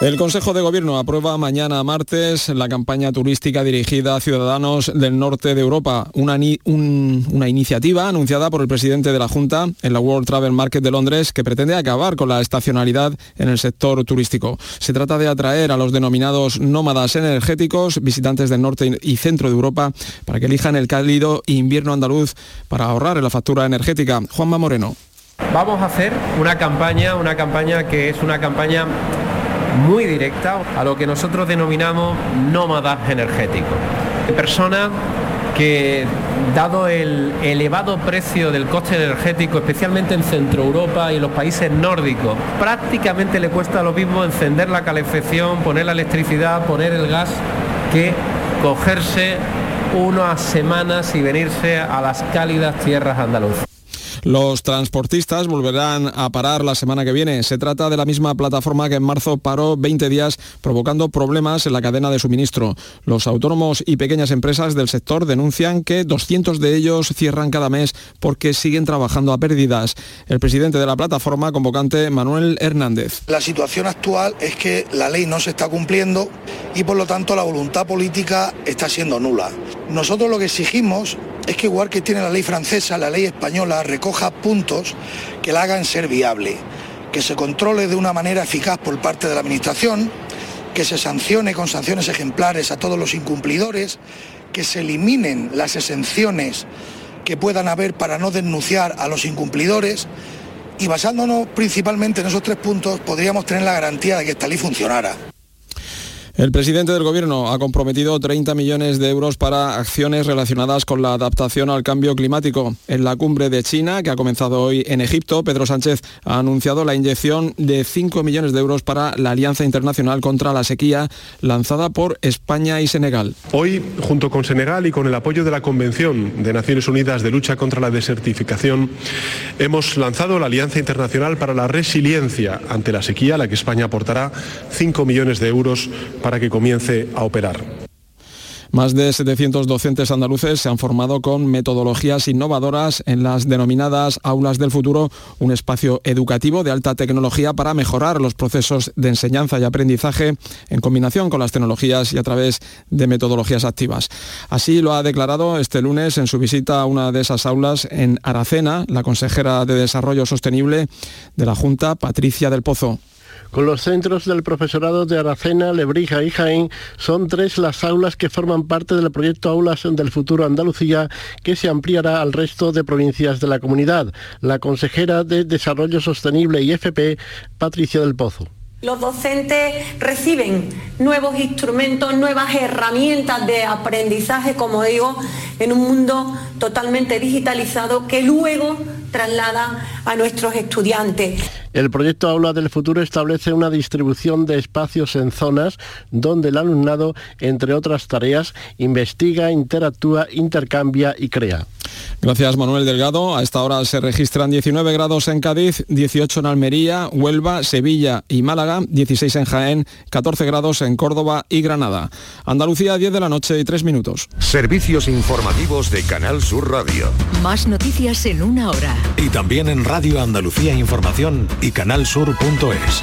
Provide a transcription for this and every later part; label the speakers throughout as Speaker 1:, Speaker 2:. Speaker 1: El Consejo de Gobierno aprueba mañana martes la campaña turística dirigida a ciudadanos del norte de Europa, una, ni- un- una iniciativa anunciada por el presidente de la Junta en la World Travel Market de Londres que pretende acabar con la estacionalidad en el sector turístico. Se trata de atraer a los denominados nómadas energéticos, visitantes del norte y centro de Europa, para que elijan el cálido invierno andaluz para ahorrar en la factura energética. Juanma Moreno.
Speaker 2: Vamos a hacer una campaña, una campaña que es una campaña muy directa a lo que nosotros denominamos nómadas energéticos. Personas que, dado el elevado precio del coste energético, especialmente en Centro Europa y en los países nórdicos, prácticamente le cuesta lo mismo encender la calefacción, poner la electricidad, poner el gas, que cogerse unas semanas y venirse a las cálidas tierras andaluzas.
Speaker 1: Los transportistas volverán a parar la semana que viene. Se trata de la misma plataforma que en marzo paró 20 días provocando problemas en la cadena de suministro. Los autónomos y pequeñas empresas del sector denuncian que 200 de ellos cierran cada mes porque siguen trabajando a pérdidas. El presidente de la plataforma convocante, Manuel Hernández.
Speaker 3: La situación actual es que la ley no se está cumpliendo y por lo tanto la voluntad política está siendo nula. Nosotros lo que exigimos es que igual que tiene la ley francesa, la ley española recoja puntos que la hagan ser viable, que se controle de una manera eficaz por parte de la Administración, que se sancione con sanciones ejemplares a todos los incumplidores, que se eliminen las exenciones que puedan haber para no denunciar a los incumplidores y basándonos principalmente en esos tres puntos podríamos tener la garantía de que esta ley funcionara.
Speaker 1: El presidente del Gobierno ha comprometido 30 millones de euros para acciones relacionadas con la adaptación al cambio climático. En la cumbre de China, que ha comenzado hoy en Egipto, Pedro Sánchez ha anunciado la inyección de 5 millones de euros para la Alianza Internacional contra la Sequía, lanzada por España y Senegal.
Speaker 4: Hoy, junto con Senegal y con el apoyo de la Convención de Naciones Unidas de Lucha contra la Desertificación, hemos lanzado la Alianza Internacional para la Resiliencia ante la Sequía, a la que España aportará 5 millones de euros para que comience a operar.
Speaker 1: Más de 700 docentes andaluces se han formado con metodologías innovadoras en las denominadas Aulas del Futuro, un espacio educativo de alta tecnología para mejorar los procesos de enseñanza y aprendizaje en combinación con las tecnologías y a través de metodologías activas. Así lo ha declarado este lunes en su visita a una de esas aulas en Aracena, la consejera de Desarrollo Sostenible de la Junta, Patricia del Pozo.
Speaker 5: Con los centros del profesorado de Aracena, Lebrija y Jaén, son tres las aulas que forman parte del proyecto Aulas del Futuro Andalucía, que se ampliará al resto de provincias de la comunidad. La consejera de Desarrollo Sostenible y FP, Patricia del Pozo.
Speaker 6: Los docentes reciben nuevos instrumentos, nuevas herramientas de aprendizaje, como digo, en un mundo totalmente digitalizado que luego traslada a nuestros estudiantes.
Speaker 5: El proyecto Aula del Futuro establece una distribución de espacios en zonas donde el alumnado, entre otras tareas, investiga, interactúa, intercambia y crea.
Speaker 1: Gracias Manuel Delgado. A esta hora se registran 19 grados en Cádiz, 18 en Almería, Huelva, Sevilla y Málaga, 16 en Jaén, 14 grados en Córdoba y Granada. Andalucía 10 de la noche y 3 minutos.
Speaker 7: Servicios informativos de Canal Sur Radio.
Speaker 8: Más noticias en una hora.
Speaker 9: Y también en Radio Andalucía Información y canalsur.es.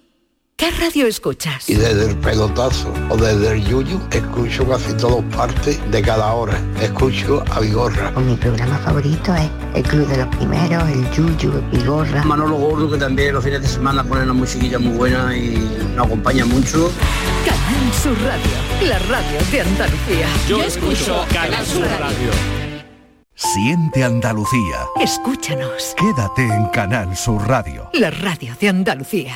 Speaker 8: ¿Qué radio escuchas?
Speaker 10: Y desde el pelotazo o desde el yuyu escucho casi todas partes de cada hora. Escucho a Vigorra.
Speaker 11: Mi programa favorito es El Club de los Primeros, El Yuyu, Vigorra.
Speaker 12: Manolo Gordo, que también los fines de semana pone una musiquilla muy buena y nos acompaña mucho.
Speaker 8: Canal Sur Radio, la radio de Andalucía.
Speaker 13: Siente Andalucía.
Speaker 8: Escúchanos,
Speaker 13: Quédate en Canal Sur Radio.
Speaker 8: la radio de Andalucía.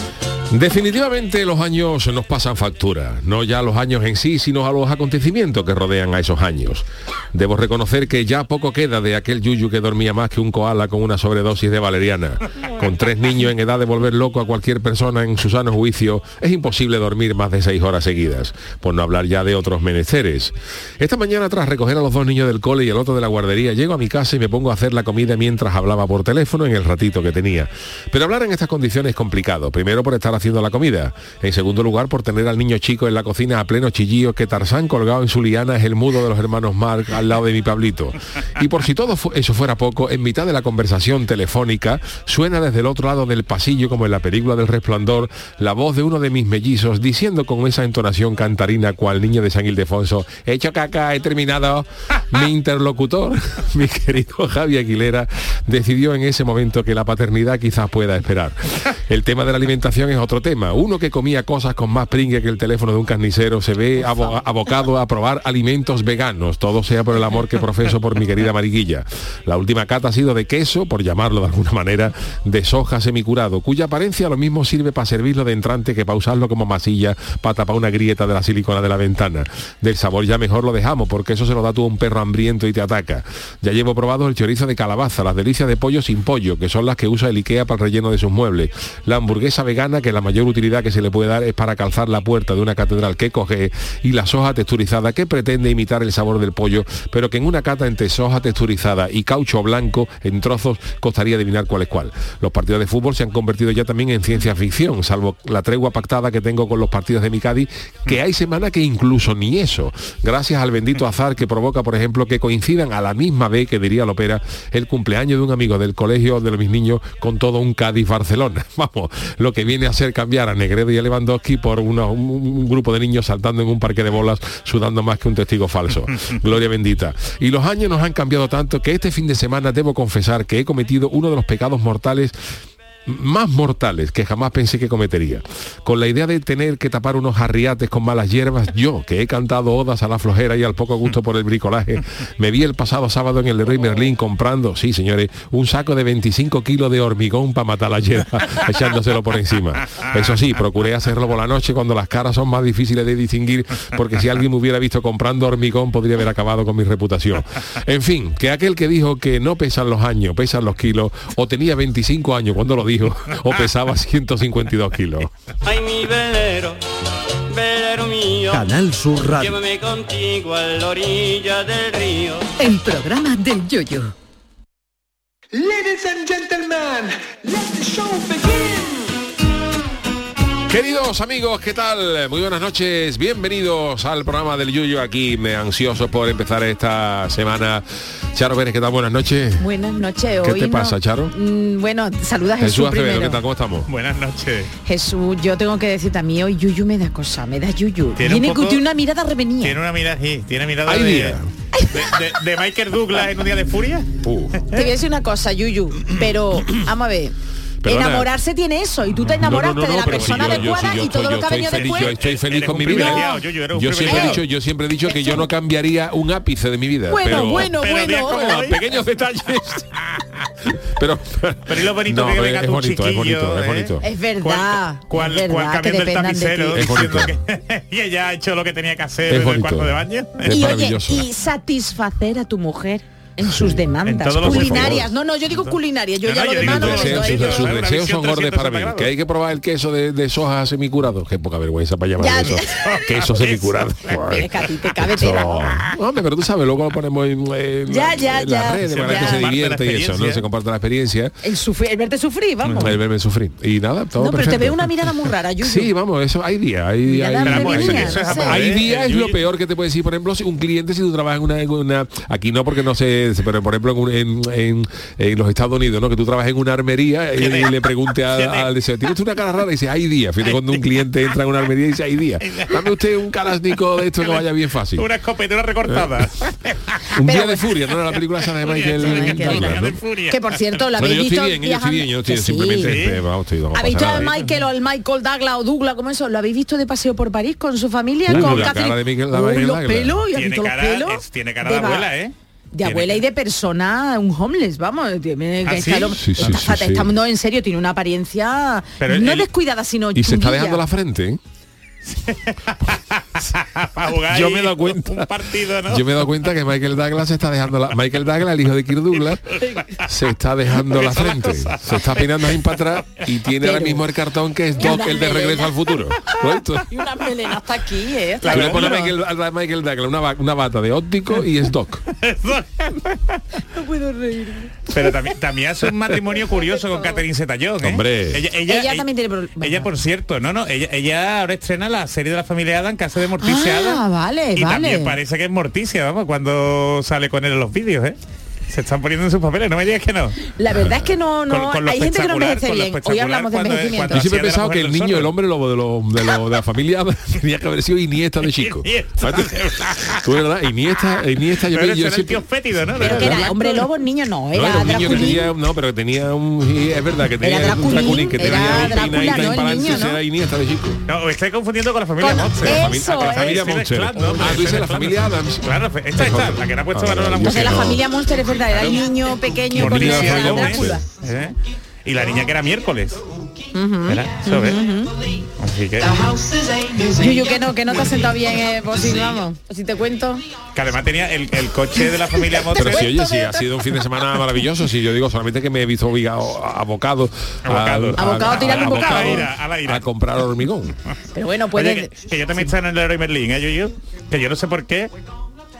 Speaker 14: Definitivamente los años nos pasan factura, no ya a los años en sí, sino a los acontecimientos que rodean a esos años. Debo reconocer que ya poco queda de aquel yuyu que dormía más que un koala con una sobredosis de valeriana. Con tres niños en edad de volver loco a cualquier persona en su sano juicio, es imposible dormir más de seis horas seguidas, por no hablar ya de otros menesteres. Esta mañana, tras recoger a los dos niños del cole y al otro de la guardería, llego a mi casa y me pongo a hacer la comida mientras hablaba por teléfono en el ratito que tenía. Pero hablar en estas condiciones es complicado, primero por estar haciendo la comida. En segundo lugar, por tener al niño chico en la cocina a pleno chillío que Tarzán colgado en su liana es el mudo de los hermanos Mark al lado de mi Pablito. Y por si todo fu eso fuera poco, en mitad de la conversación telefónica suena desde el otro lado del pasillo, como en la película del resplandor, la voz de uno de mis mellizos diciendo con esa entonación cantarina cual niño de San Ildefonso, he hecho caca, he terminado. Mi interlocutor, mi querido Javi Aguilera, decidió en ese momento que la paternidad quizás pueda esperar. El tema de la alimentación es otro tema. Uno que comía cosas con más pringue que el teléfono de un carnicero se ve abo abocado a probar alimentos veganos. Todo sea por el amor que profeso por mi querida Mariquilla. La última cata ha sido de queso, por llamarlo de alguna manera, de soja semicurado, cuya apariencia lo mismo sirve para servirlo de entrante que para usarlo como masilla para tapar una grieta de la silicona de la ventana. Del sabor ya mejor lo dejamos, porque eso se lo da tú a un perro hambriento y te ataca. Ya llevo probados el chorizo de calabaza, las delicias de pollo sin pollo, que son las que usa el Ikea para el relleno de sus muebles. La hamburguesa vegana que la mayor utilidad que se le puede dar es para calzar la puerta de una catedral que coge y la soja texturizada que pretende imitar el sabor del pollo, pero que en una cata entre soja texturizada y caucho blanco en trozos costaría adivinar cuál es cuál. Los partidos de fútbol se han convertido ya también en ciencia ficción, salvo la tregua pactada que tengo con los partidos de mi Cádiz, que hay semana que incluso ni eso, gracias al bendito azar que provoca, por ejemplo, que coincidan a la misma vez que diría Lopera el cumpleaños de un amigo del colegio de mis niños con todo un Cádiz Barcelona. Vamos, lo que viene a ser cambiar a Negredo y a Lewandowski por uno, un, un, grupo de niños saltando en un parque de bolas, sudando más que un testigo falso. Gloria bendita. Y los años nos han cambiado tanto que este fin de semana debo confesar que he cometido uno de los pecados mortales más mortales que jamás pensé que cometería. Con la idea de tener que tapar unos arriates con malas hierbas, yo, que he cantado odas a la flojera y al poco gusto por el bricolaje, me vi el pasado sábado en el Leroy Merlin comprando, sí señores, un saco de 25 kilos de hormigón para matar la hierba, echándoselo por encima. Eso sí, procuré hacerlo por la noche cuando las caras son más difíciles de distinguir, porque si alguien me hubiera visto comprando hormigón podría haber acabado con mi reputación. En fin, que aquel que dijo que no pesan los años, pesan los kilos, o tenía 25 años cuando lo dijo o pesaba 152 kilos.
Speaker 15: Ay, mi velero, velero mío.
Speaker 9: Canal Sur Radio.
Speaker 15: Llévame contigo a la orilla del río.
Speaker 8: El programa del Yoyo.
Speaker 16: Ladies and gentlemen, let the show begin.
Speaker 14: Queridos amigos, ¿qué tal? Muy buenas noches, bienvenidos al programa del Yuyo aquí, me ansioso por empezar esta semana. Charo Pérez, ¿qué tal? Buenas noches.
Speaker 17: Buenas noches,
Speaker 14: ¿Qué
Speaker 17: hoy
Speaker 14: te
Speaker 17: no-
Speaker 14: pasa, Charo?
Speaker 17: Mm, bueno, saluda a Jesús,
Speaker 14: Jesús Acevedo,
Speaker 17: primero.
Speaker 14: ¿qué tal? ¿Cómo estamos?
Speaker 18: Buenas noches.
Speaker 17: Jesús, yo tengo que decirte a mí, hoy Yuyu me da cosa, me da Yuyu.
Speaker 18: Tiene
Speaker 17: Tiene,
Speaker 18: un poco-
Speaker 17: que- tiene una mirada revenida.
Speaker 18: Tiene una mirada así, tiene mirada
Speaker 14: Ay,
Speaker 18: de,
Speaker 14: día.
Speaker 18: de- de- de Michael Douglas en un día de furia.
Speaker 17: Te voy a decir una cosa, Yuyu, pero vamos a ver.
Speaker 14: Perdona.
Speaker 17: Enamorarse tiene eso y tú te enamoraste de la
Speaker 14: pero
Speaker 17: persona
Speaker 14: si yo- yo-
Speaker 17: adecuada
Speaker 14: si yo
Speaker 17: y todo
Speaker 14: estoy-
Speaker 17: lo que
Speaker 14: yo
Speaker 17: ha venido
Speaker 14: estoy feliz,
Speaker 17: después.
Speaker 14: Yo estoy feliz
Speaker 18: Eres
Speaker 14: con
Speaker 18: un
Speaker 14: mi vida.
Speaker 18: privilegiado, yo- yo era un
Speaker 14: Yo siempre he dicho,
Speaker 18: privilegiado.
Speaker 14: yo siempre he dicho que yo no cambiaría un ápice de mi vida.
Speaker 17: Bueno,
Speaker 14: pero,
Speaker 17: bueno, Pero bueno. días como hoy.
Speaker 14: pequeños detalles. pero,
Speaker 18: Pero y lo bonito
Speaker 14: No,
Speaker 18: que
Speaker 14: pero
Speaker 18: venga
Speaker 14: es
Speaker 18: tu
Speaker 14: bonito, es
Speaker 18: chiquillo,
Speaker 14: bonito, es
Speaker 18: ¿eh?
Speaker 14: bonito.
Speaker 17: Es verdad.
Speaker 18: ¿Cuál,
Speaker 17: es
Speaker 18: cuál
Speaker 17: verdad que
Speaker 18: camión del
Speaker 17: dependan de
Speaker 18: tapicero
Speaker 14: ti. Es
Speaker 18: diciendo
Speaker 14: bonito.
Speaker 18: que y ella ha hecho lo que tenía que hacer
Speaker 14: Es
Speaker 18: en el
Speaker 14: bonito.
Speaker 18: cuarto de baño?
Speaker 14: Es
Speaker 17: y oye,
Speaker 14: maravilloso.
Speaker 17: y satisfacer a tu mujer en sus demandas
Speaker 14: todos los
Speaker 17: culinarias.
Speaker 14: sentidos.
Speaker 17: No, no, yo digo culinarias, yo
Speaker 18: No,
Speaker 17: ya
Speaker 18: no,
Speaker 17: lo
Speaker 18: yo
Speaker 17: demás
Speaker 18: digo
Speaker 17: no
Speaker 18: tres,
Speaker 17: lo
Speaker 18: eh,
Speaker 14: Deseos,
Speaker 17: doy.
Speaker 18: yo-
Speaker 14: sus, sus
Speaker 18: una
Speaker 14: deseos
Speaker 18: visión
Speaker 14: son gordes
Speaker 18: 360
Speaker 14: para mí.
Speaker 18: grados.
Speaker 14: Que hay que probar el queso de, de soja semicurado. Qué poca vergüenza para llamar
Speaker 17: Ya,
Speaker 14: eso.
Speaker 17: ya.
Speaker 14: queso semicurado.
Speaker 17: Es que a ti te cabe
Speaker 14: Eso-
Speaker 17: tela.
Speaker 14: Hombre, pero tú sabes, luego lo ponemos en, en-
Speaker 17: Ya, ya,
Speaker 14: en las
Speaker 17: ya.
Speaker 14: redes
Speaker 17: Se
Speaker 14: para que se
Speaker 17: comparte la
Speaker 14: divierta y eso, ¿no?
Speaker 18: experiencia.
Speaker 14: Se comparte la experiencia.
Speaker 17: El, sufrir- el verte sufrir, vamos.
Speaker 14: El verme sufrir. Y nada, todo
Speaker 17: No, pero te
Speaker 14: perfecto.
Speaker 17: veo una mirada muy rara, Yuyu.
Speaker 14: Sí, vamos, eso hay días, hay días.
Speaker 17: Mirada
Speaker 14: hay-
Speaker 18: Pero vamos,
Speaker 17: revenida,
Speaker 18: eso- eso
Speaker 17: no
Speaker 18: es
Speaker 17: sé.
Speaker 18: amable,
Speaker 14: Hay
Speaker 18: ¿eh?
Speaker 14: días
Speaker 18: El
Speaker 14: es lo
Speaker 18: yuyu-
Speaker 14: peor que te puede decir, por ejemplo, si un cliente si tú trabajas en una, en una- aquí no porque no se que, pero por ejemplo, en, en- en los Estados Unidos, ¿no? Que tú trabajas en una armería y, y le pregunte a- al dice, ¿tiene usted una cara rara? Y dice, hay día. Fíjate cuando un cliente entra en una armería y dice, hay día. Dame usted un calasnico de esto que vaya bien fácil. Eh.
Speaker 18: Una escopetera recortada.
Speaker 14: Un día de furia, ¿no? Era La película esa de Michael Douglas, ¿no?
Speaker 17: Que por cierto, la
Speaker 14: Bueno,
Speaker 17: habéis
Speaker 14: yo
Speaker 17: visto
Speaker 14: estoy bien, yo estoy
Speaker 17: viajando-
Speaker 14: bien, yo estoy
Speaker 17: que
Speaker 14: bien,
Speaker 17: sí.
Speaker 14: simplemente eh, vamos, estoy- vamos,
Speaker 17: ¿Habéis visto
Speaker 14: pasa
Speaker 17: a
Speaker 14: nada.
Speaker 17: Michael o al Michael Douglas o Douglas, como eso? ¿Lo habéis visto de paseo por París con su familia?
Speaker 14: Uy,
Speaker 17: con
Speaker 14: la cara
Speaker 17: Catherine-
Speaker 14: de Michael- la
Speaker 17: Uy,
Speaker 14: Michael
Speaker 17: los
Speaker 14: Douglas.
Speaker 17: pelos, ¿y has
Speaker 18: Tiene
Speaker 17: visto los
Speaker 18: cara-
Speaker 17: pelos?
Speaker 18: es- tiene cara de
Speaker 17: va-
Speaker 18: abuela, ¿eh?
Speaker 17: De abuela y de persona, un homeless, vamos. Tiene,
Speaker 18: ¿Ah,
Speaker 17: que
Speaker 18: sí?
Speaker 17: está lo-
Speaker 14: Sí, sí,
Speaker 17: está-
Speaker 14: sí, sí.
Speaker 17: está- no, en serio, tiene una apariencia
Speaker 14: Pero
Speaker 17: no
Speaker 14: él-
Speaker 17: descuidada, sino
Speaker 14: Y se está
Speaker 17: chunguilla.
Speaker 14: dejando la frente, ¿eh? Yo me he dado cuenta. Yo me he dado cuenta que Michael Douglas se está dejando la. Michael Douglas, el hijo de Kirk Douglas, se está dejando la frente. Se está peinando ahí para atrás y tiene ahora
Speaker 17: Pero-
Speaker 14: mismo el cartón que es Doc, el de regreso al futuro. ¿Lo has visto?
Speaker 17: Y una melena hasta aquí, ¿eh? Hasta
Speaker 14: Tú le
Speaker 17: aquí.
Speaker 14: pones a Michael, a Michael Douglas una, ba- una bata de óptico y es Doc.
Speaker 17: No puedo reír.
Speaker 18: Pero también, también hace un matrimonio curioso con Catherine Zeta-Jones. ¿eh?
Speaker 14: Hombre.
Speaker 18: Ella, ella-
Speaker 17: Ella,
Speaker 18: ella-
Speaker 17: también tiene problemas.
Speaker 18: ella, por cierto, no, no, ella, ella ahora estrena la serie de la familia Adam que hace de Morticia
Speaker 17: Ah,
Speaker 18: Adams.
Speaker 17: vale,
Speaker 18: Y también
Speaker 17: vale.
Speaker 18: parece que es Morticia, vamos, cuando sale con él en los vídeos, ¿eh? Se están poniendo en sus papeles, no me digas que no.
Speaker 17: La verdad es que no, no,
Speaker 18: Con- con lo
Speaker 17: hay gente que no envejece
Speaker 18: espectacular, con lo
Speaker 17: bien. Hoy hablamos de
Speaker 18: espectacular cuando-
Speaker 17: envejecimiento.
Speaker 18: cuando
Speaker 14: Yo siempre he
Speaker 18: hacía de la mujer
Speaker 14: pensado que el
Speaker 18: del
Speaker 14: niño,
Speaker 18: zorro.
Speaker 14: el hombre lobo de, lo- de, lo- de la familia tenía que haber sido Iniesta de chico.
Speaker 18: Iniesta,
Speaker 14: ¿Sabes? Tú, ¿verdad? Iniesta, Iniesta, yo,
Speaker 18: Pero
Speaker 14: me-
Speaker 18: ese era
Speaker 14: yo
Speaker 18: el
Speaker 14: siempre-
Speaker 18: tío fétido, ¿no?
Speaker 17: Pero que era hombre lobo, niño no, ¿eh?
Speaker 14: No,
Speaker 17: era,
Speaker 14: era un niño que
Speaker 17: Draculín.
Speaker 14: tenía, no, pero que tenía un, sí, es verdad que tenía un
Speaker 17: Era Draculín,
Speaker 14: Draculín, que tenía
Speaker 17: era
Speaker 14: un
Speaker 17: Drácula,
Speaker 14: Inaita y
Speaker 17: ¿no? El
Speaker 14: para
Speaker 17: niño,
Speaker 14: antes
Speaker 17: ¿no?
Speaker 14: era Iniesta de chico.
Speaker 18: No, me estoy confundiendo con la familia
Speaker 17: Con-
Speaker 18: Monster.
Speaker 17: Eso
Speaker 18: La familia- con la familia
Speaker 17: es.
Speaker 14: Sí,
Speaker 18: Monster.
Speaker 14: mezclando,
Speaker 18: Ah,
Speaker 14: mezclando.
Speaker 18: tú dices la familia Adams. Claro, esta, esta, la que le ha puesto
Speaker 14: Ah,
Speaker 18: valor a la
Speaker 14: yo
Speaker 18: mujer.
Speaker 17: Entonces la
Speaker 14: no.
Speaker 17: familia Monster es verdad, era el niño pequeño con
Speaker 18: Morticia
Speaker 17: era
Speaker 18: Adams,
Speaker 17: Drácula.
Speaker 18: ¿eh? Y la niña que era miércoles.
Speaker 17: Ujú,
Speaker 18: ¿verdad? Eso es.
Speaker 17: ujú,
Speaker 18: Así que,
Speaker 17: ujú. Yuyu, que no, que no te has sentado bien, eh, por si, vamos, por si te cuento.
Speaker 18: que además tenía el, el coche de la familia Monster.
Speaker 14: Pero sí, oye, sí, ha sido un fin de semana maravilloso. Si yo digo solamente que me he visto obligado a bocado,
Speaker 18: Abocado.
Speaker 17: Abocado, tirando un bocado.
Speaker 18: A la ira, a la ira.
Speaker 14: a comprar hormigón.
Speaker 17: Pero bueno,
Speaker 18: Oye,
Speaker 17: puedes...
Speaker 18: que, que yo también estaba en el Leroy Merlin, ¿eh, Yuyu? Que yo no sé por qué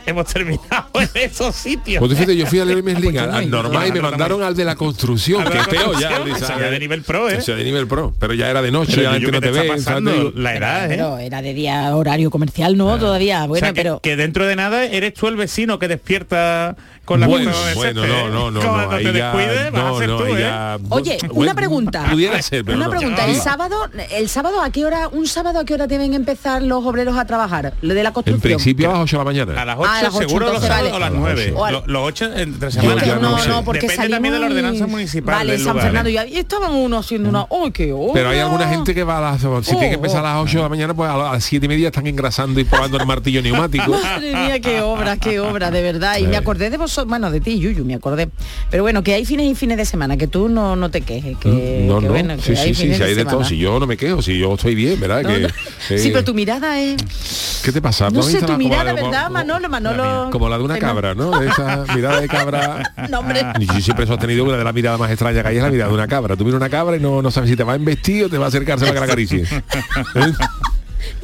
Speaker 18: hemos terminado en esos sitios.
Speaker 14: Pues tú fíjate,
Speaker 18: ¿eh?
Speaker 14: yo fui a Leroy Merlin, al al normal, y me mandaron al de la construcción,
Speaker 18: Al de
Speaker 14: que
Speaker 18: la
Speaker 14: es peor ya.
Speaker 18: construcción,
Speaker 14: Lisa,
Speaker 18: eso ya de nivel pro, ¿eh?
Speaker 14: eso ya de nivel pro. Pero ya era de noche,
Speaker 18: Pero,
Speaker 14: ya la
Speaker 18: Yuyu,
Speaker 14: gente no
Speaker 18: ¿qué
Speaker 14: te
Speaker 18: te está
Speaker 14: ve.
Speaker 18: pasando?
Speaker 14: ¿sabes?
Speaker 18: La edad, ¿eh?
Speaker 17: Pero era de día horario comercial,
Speaker 14: Ah.
Speaker 17: ¿no? Todavía,
Speaker 18: O
Speaker 17: bueno,
Speaker 18: sea, que,
Speaker 17: pero...
Speaker 18: que dentro de nada eres tú el vecino que despierta con la
Speaker 14: bueno,
Speaker 18: misma ¿eh?
Speaker 14: bueno, no, no, no, no,
Speaker 18: Cuando
Speaker 14: ahí
Speaker 18: te
Speaker 14: ya-
Speaker 18: descuides, vas a
Speaker 14: no,
Speaker 18: ser
Speaker 14: no,
Speaker 18: tú,
Speaker 14: ahí
Speaker 18: ¿eh?
Speaker 14: ya-
Speaker 17: Oye, una
Speaker 14: Bueno,
Speaker 17: pregunta.
Speaker 14: Ah, Pudiera ser, pero
Speaker 17: una
Speaker 14: no.
Speaker 17: pregunta, el
Speaker 14: Sí.
Speaker 17: sábado, el sábado a qué hora, un sábado a qué hora deben empezar los obreros a trabajar, lo de la
Speaker 14: En
Speaker 17: construcción.
Speaker 14: principio a las 8 de la mañana.
Speaker 18: A las
Speaker 17: Ah, a
Speaker 18: 8
Speaker 17: las ocho,
Speaker 18: seguro los
Speaker 17: entonces,
Speaker 18: sábados
Speaker 17: vale.
Speaker 18: o las
Speaker 14: A las
Speaker 18: 9.
Speaker 17: ocho.
Speaker 18: Los 8 entre
Speaker 14: Yo
Speaker 18: semana.
Speaker 14: ya no
Speaker 17: no,
Speaker 14: sé.
Speaker 17: no, porque
Speaker 18: Depende
Speaker 17: salimos
Speaker 18: también de la
Speaker 17: y-
Speaker 18: ordenanza municipal.
Speaker 17: Vale,
Speaker 18: del
Speaker 17: San
Speaker 18: lugar,
Speaker 17: Fernando
Speaker 18: ¿eh?
Speaker 17: y ahí estaban unos haciendo una, ¡oh, qué hora!
Speaker 14: Pero hay alguna gente que va a las... Si
Speaker 17: Oh,
Speaker 14: tiene que empezar a las 8 de la mañana, pues a las 7 y media están engrasando y probando el martillo neumático.
Speaker 17: Madre
Speaker 14: ah,
Speaker 17: mía, qué obra, qué obra, de verdad. Y me acordé de vosotros, bueno, de ti, Yuyu, me acordé. Pero bueno, que hay fines y fines de semana, que tú no, no te quejes, que,
Speaker 14: No,
Speaker 17: que
Speaker 14: no,
Speaker 17: bueno, que
Speaker 14: sí, sí, sí,
Speaker 17: fines
Speaker 14: si hay de todo.
Speaker 17: semana.
Speaker 14: Si yo no me quejo, si yo estoy bien, ¿verdad?
Speaker 17: No,
Speaker 14: que,
Speaker 17: no.
Speaker 14: eh,
Speaker 17: Sí, pero tu mirada es...
Speaker 14: ¿Qué te pasa?
Speaker 17: No
Speaker 14: has
Speaker 17: sé,
Speaker 14: visto
Speaker 17: tu
Speaker 14: la-
Speaker 17: mirada,
Speaker 14: como-
Speaker 17: ¿verdad,
Speaker 14: como-
Speaker 17: Manolo? Manolo...
Speaker 14: Como la de una
Speaker 17: que no-
Speaker 14: cabra, ¿no? Esa mirada de cabra.
Speaker 17: No, hombre.
Speaker 14: Y Yo siempre he sostenido que una de las miradas más extrañas que hay es la mirada de una cabra. Tú miras una cabra y no, no sabes si te va a embestir o te va a acercarse para que la acaricie. ¿Eh?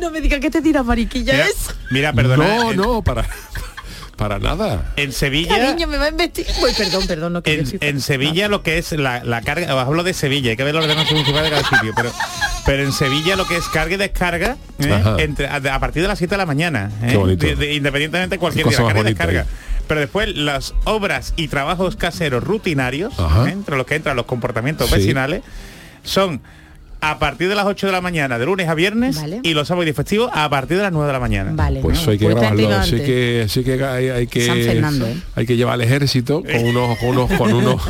Speaker 17: No me digas que te tiras mariquilla
Speaker 18: Mira,
Speaker 17: eso.
Speaker 18: Mira, perdona.
Speaker 14: No,
Speaker 18: en-
Speaker 14: no, para, para nada.
Speaker 18: En Sevilla.
Speaker 17: Cariño, me va a investigar. Uy, perdón, perdón, no quería
Speaker 18: En,
Speaker 17: decir-
Speaker 18: en Sevilla lo que es la, la carga, os hablo de Sevilla, hay que ver la ordenanza municipal de cada sitio, pero, pero en Sevilla lo que es carga y descarga ¿eh?
Speaker 14: Ajá.
Speaker 18: entre, a, a partir de las 7 de la mañana, ¿eh?
Speaker 14: Qué bonito.
Speaker 18: De- de- independientemente de cualquier
Speaker 14: Qué
Speaker 18: día,
Speaker 14: cosa
Speaker 18: la carga y
Speaker 14: más bonita,
Speaker 18: descarga. Pero después las obras y trabajos caseros rutinarios,
Speaker 14: Ajá.
Speaker 18: ¿eh? entre los que entran los comportamientos
Speaker 14: Sí.
Speaker 18: vecinales, son a partir de las 8 de la mañana, de lunes a viernes,
Speaker 17: Vale.
Speaker 18: y los sábados y festivos a partir de las 9 de la mañana.
Speaker 17: Vale.
Speaker 14: Pues eso hay que
Speaker 17: Pues te han
Speaker 14: grabarlo,
Speaker 17: tirado
Speaker 14: así
Speaker 17: antes.
Speaker 14: que, así que hay, hay que
Speaker 17: San Fernando, ¿eh?
Speaker 14: hay que llevar al ejército con unos con unos con unos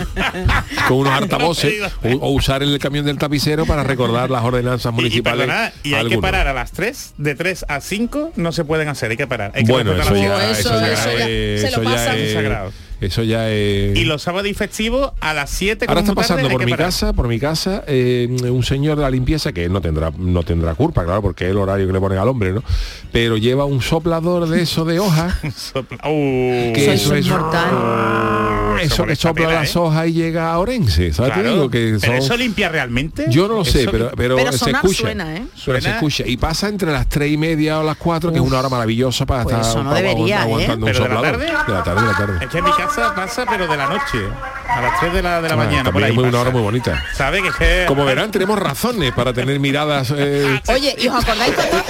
Speaker 14: con unos altavoces o, o usar el camión del tapicero para recordar las ordenanzas
Speaker 18: Y- Y,
Speaker 14: municipales.
Speaker 18: perdonad, y hay que
Speaker 14: algunas.
Speaker 18: parar a las 3, de 3 a 5 no se pueden hacer, hay que parar. hay que
Speaker 14: Bueno,
Speaker 18: respetar las
Speaker 14: eso ya,
Speaker 18: normas.
Speaker 14: eso, ya,
Speaker 17: Oh, eso ya
Speaker 14: es-
Speaker 17: se lo
Speaker 14: eso ya
Speaker 17: pasan.
Speaker 14: es- eh.
Speaker 18: Sagrado.
Speaker 14: eso ya es.
Speaker 18: Y los sábados y festivos a las 7
Speaker 14: Ahora
Speaker 18: como
Speaker 14: está
Speaker 18: muy tarde,
Speaker 14: pasando
Speaker 18: hay
Speaker 14: por
Speaker 18: que
Speaker 14: mi
Speaker 18: parar.
Speaker 14: casa, por mi casa, eh, un señor de la limpieza que no tendrá, no tendrá culpa, claro, porque es el horario que le ponen al hombre, ¿no? Pero lleva un soplador de eso de hojas
Speaker 18: Sopla- Uh,
Speaker 14: que eso es Ah,
Speaker 18: eso
Speaker 14: eso que
Speaker 18: molesta
Speaker 14: sopla
Speaker 18: tela,
Speaker 14: las
Speaker 18: ¿eh?
Speaker 14: hojas y llega a Orense ¿sabes? Te
Speaker 18: Claro.
Speaker 14: digo que
Speaker 18: ¿Pero
Speaker 14: son-
Speaker 18: eso limpia realmente?
Speaker 14: yo no lo sé
Speaker 18: Eso
Speaker 14: pero
Speaker 18: li-
Speaker 14: pero,
Speaker 17: Pero
Speaker 14: se
Speaker 17: sonar
Speaker 14: escucha
Speaker 17: suena, ¿eh?
Speaker 14: Pero
Speaker 18: Suena-
Speaker 14: se escucha y pasa entre las tres y media o las cuatro que es una hora maravillosa para
Speaker 17: Pues
Speaker 14: estar
Speaker 17: eso no
Speaker 14: para aguantar-
Speaker 17: debería, ¿eh?
Speaker 14: aguantando un
Speaker 18: ¿Pero de la
Speaker 14: soplador
Speaker 18: tarde?
Speaker 14: de la tarde de la tarde
Speaker 18: Es que en mi casa pasa pero de la noche. A las 3 de la, de la
Speaker 14: Ah,
Speaker 18: mañana, por
Speaker 14: también
Speaker 18: ahí.
Speaker 14: es muy- una
Speaker 18: pasa.
Speaker 14: hora muy bonita.
Speaker 18: ¿Sabe que es que-
Speaker 14: Como verán, tenemos razones para tener miradas. eh,
Speaker 17: Oye, ¿y os acordáis cuando- ¿Os
Speaker 14: eso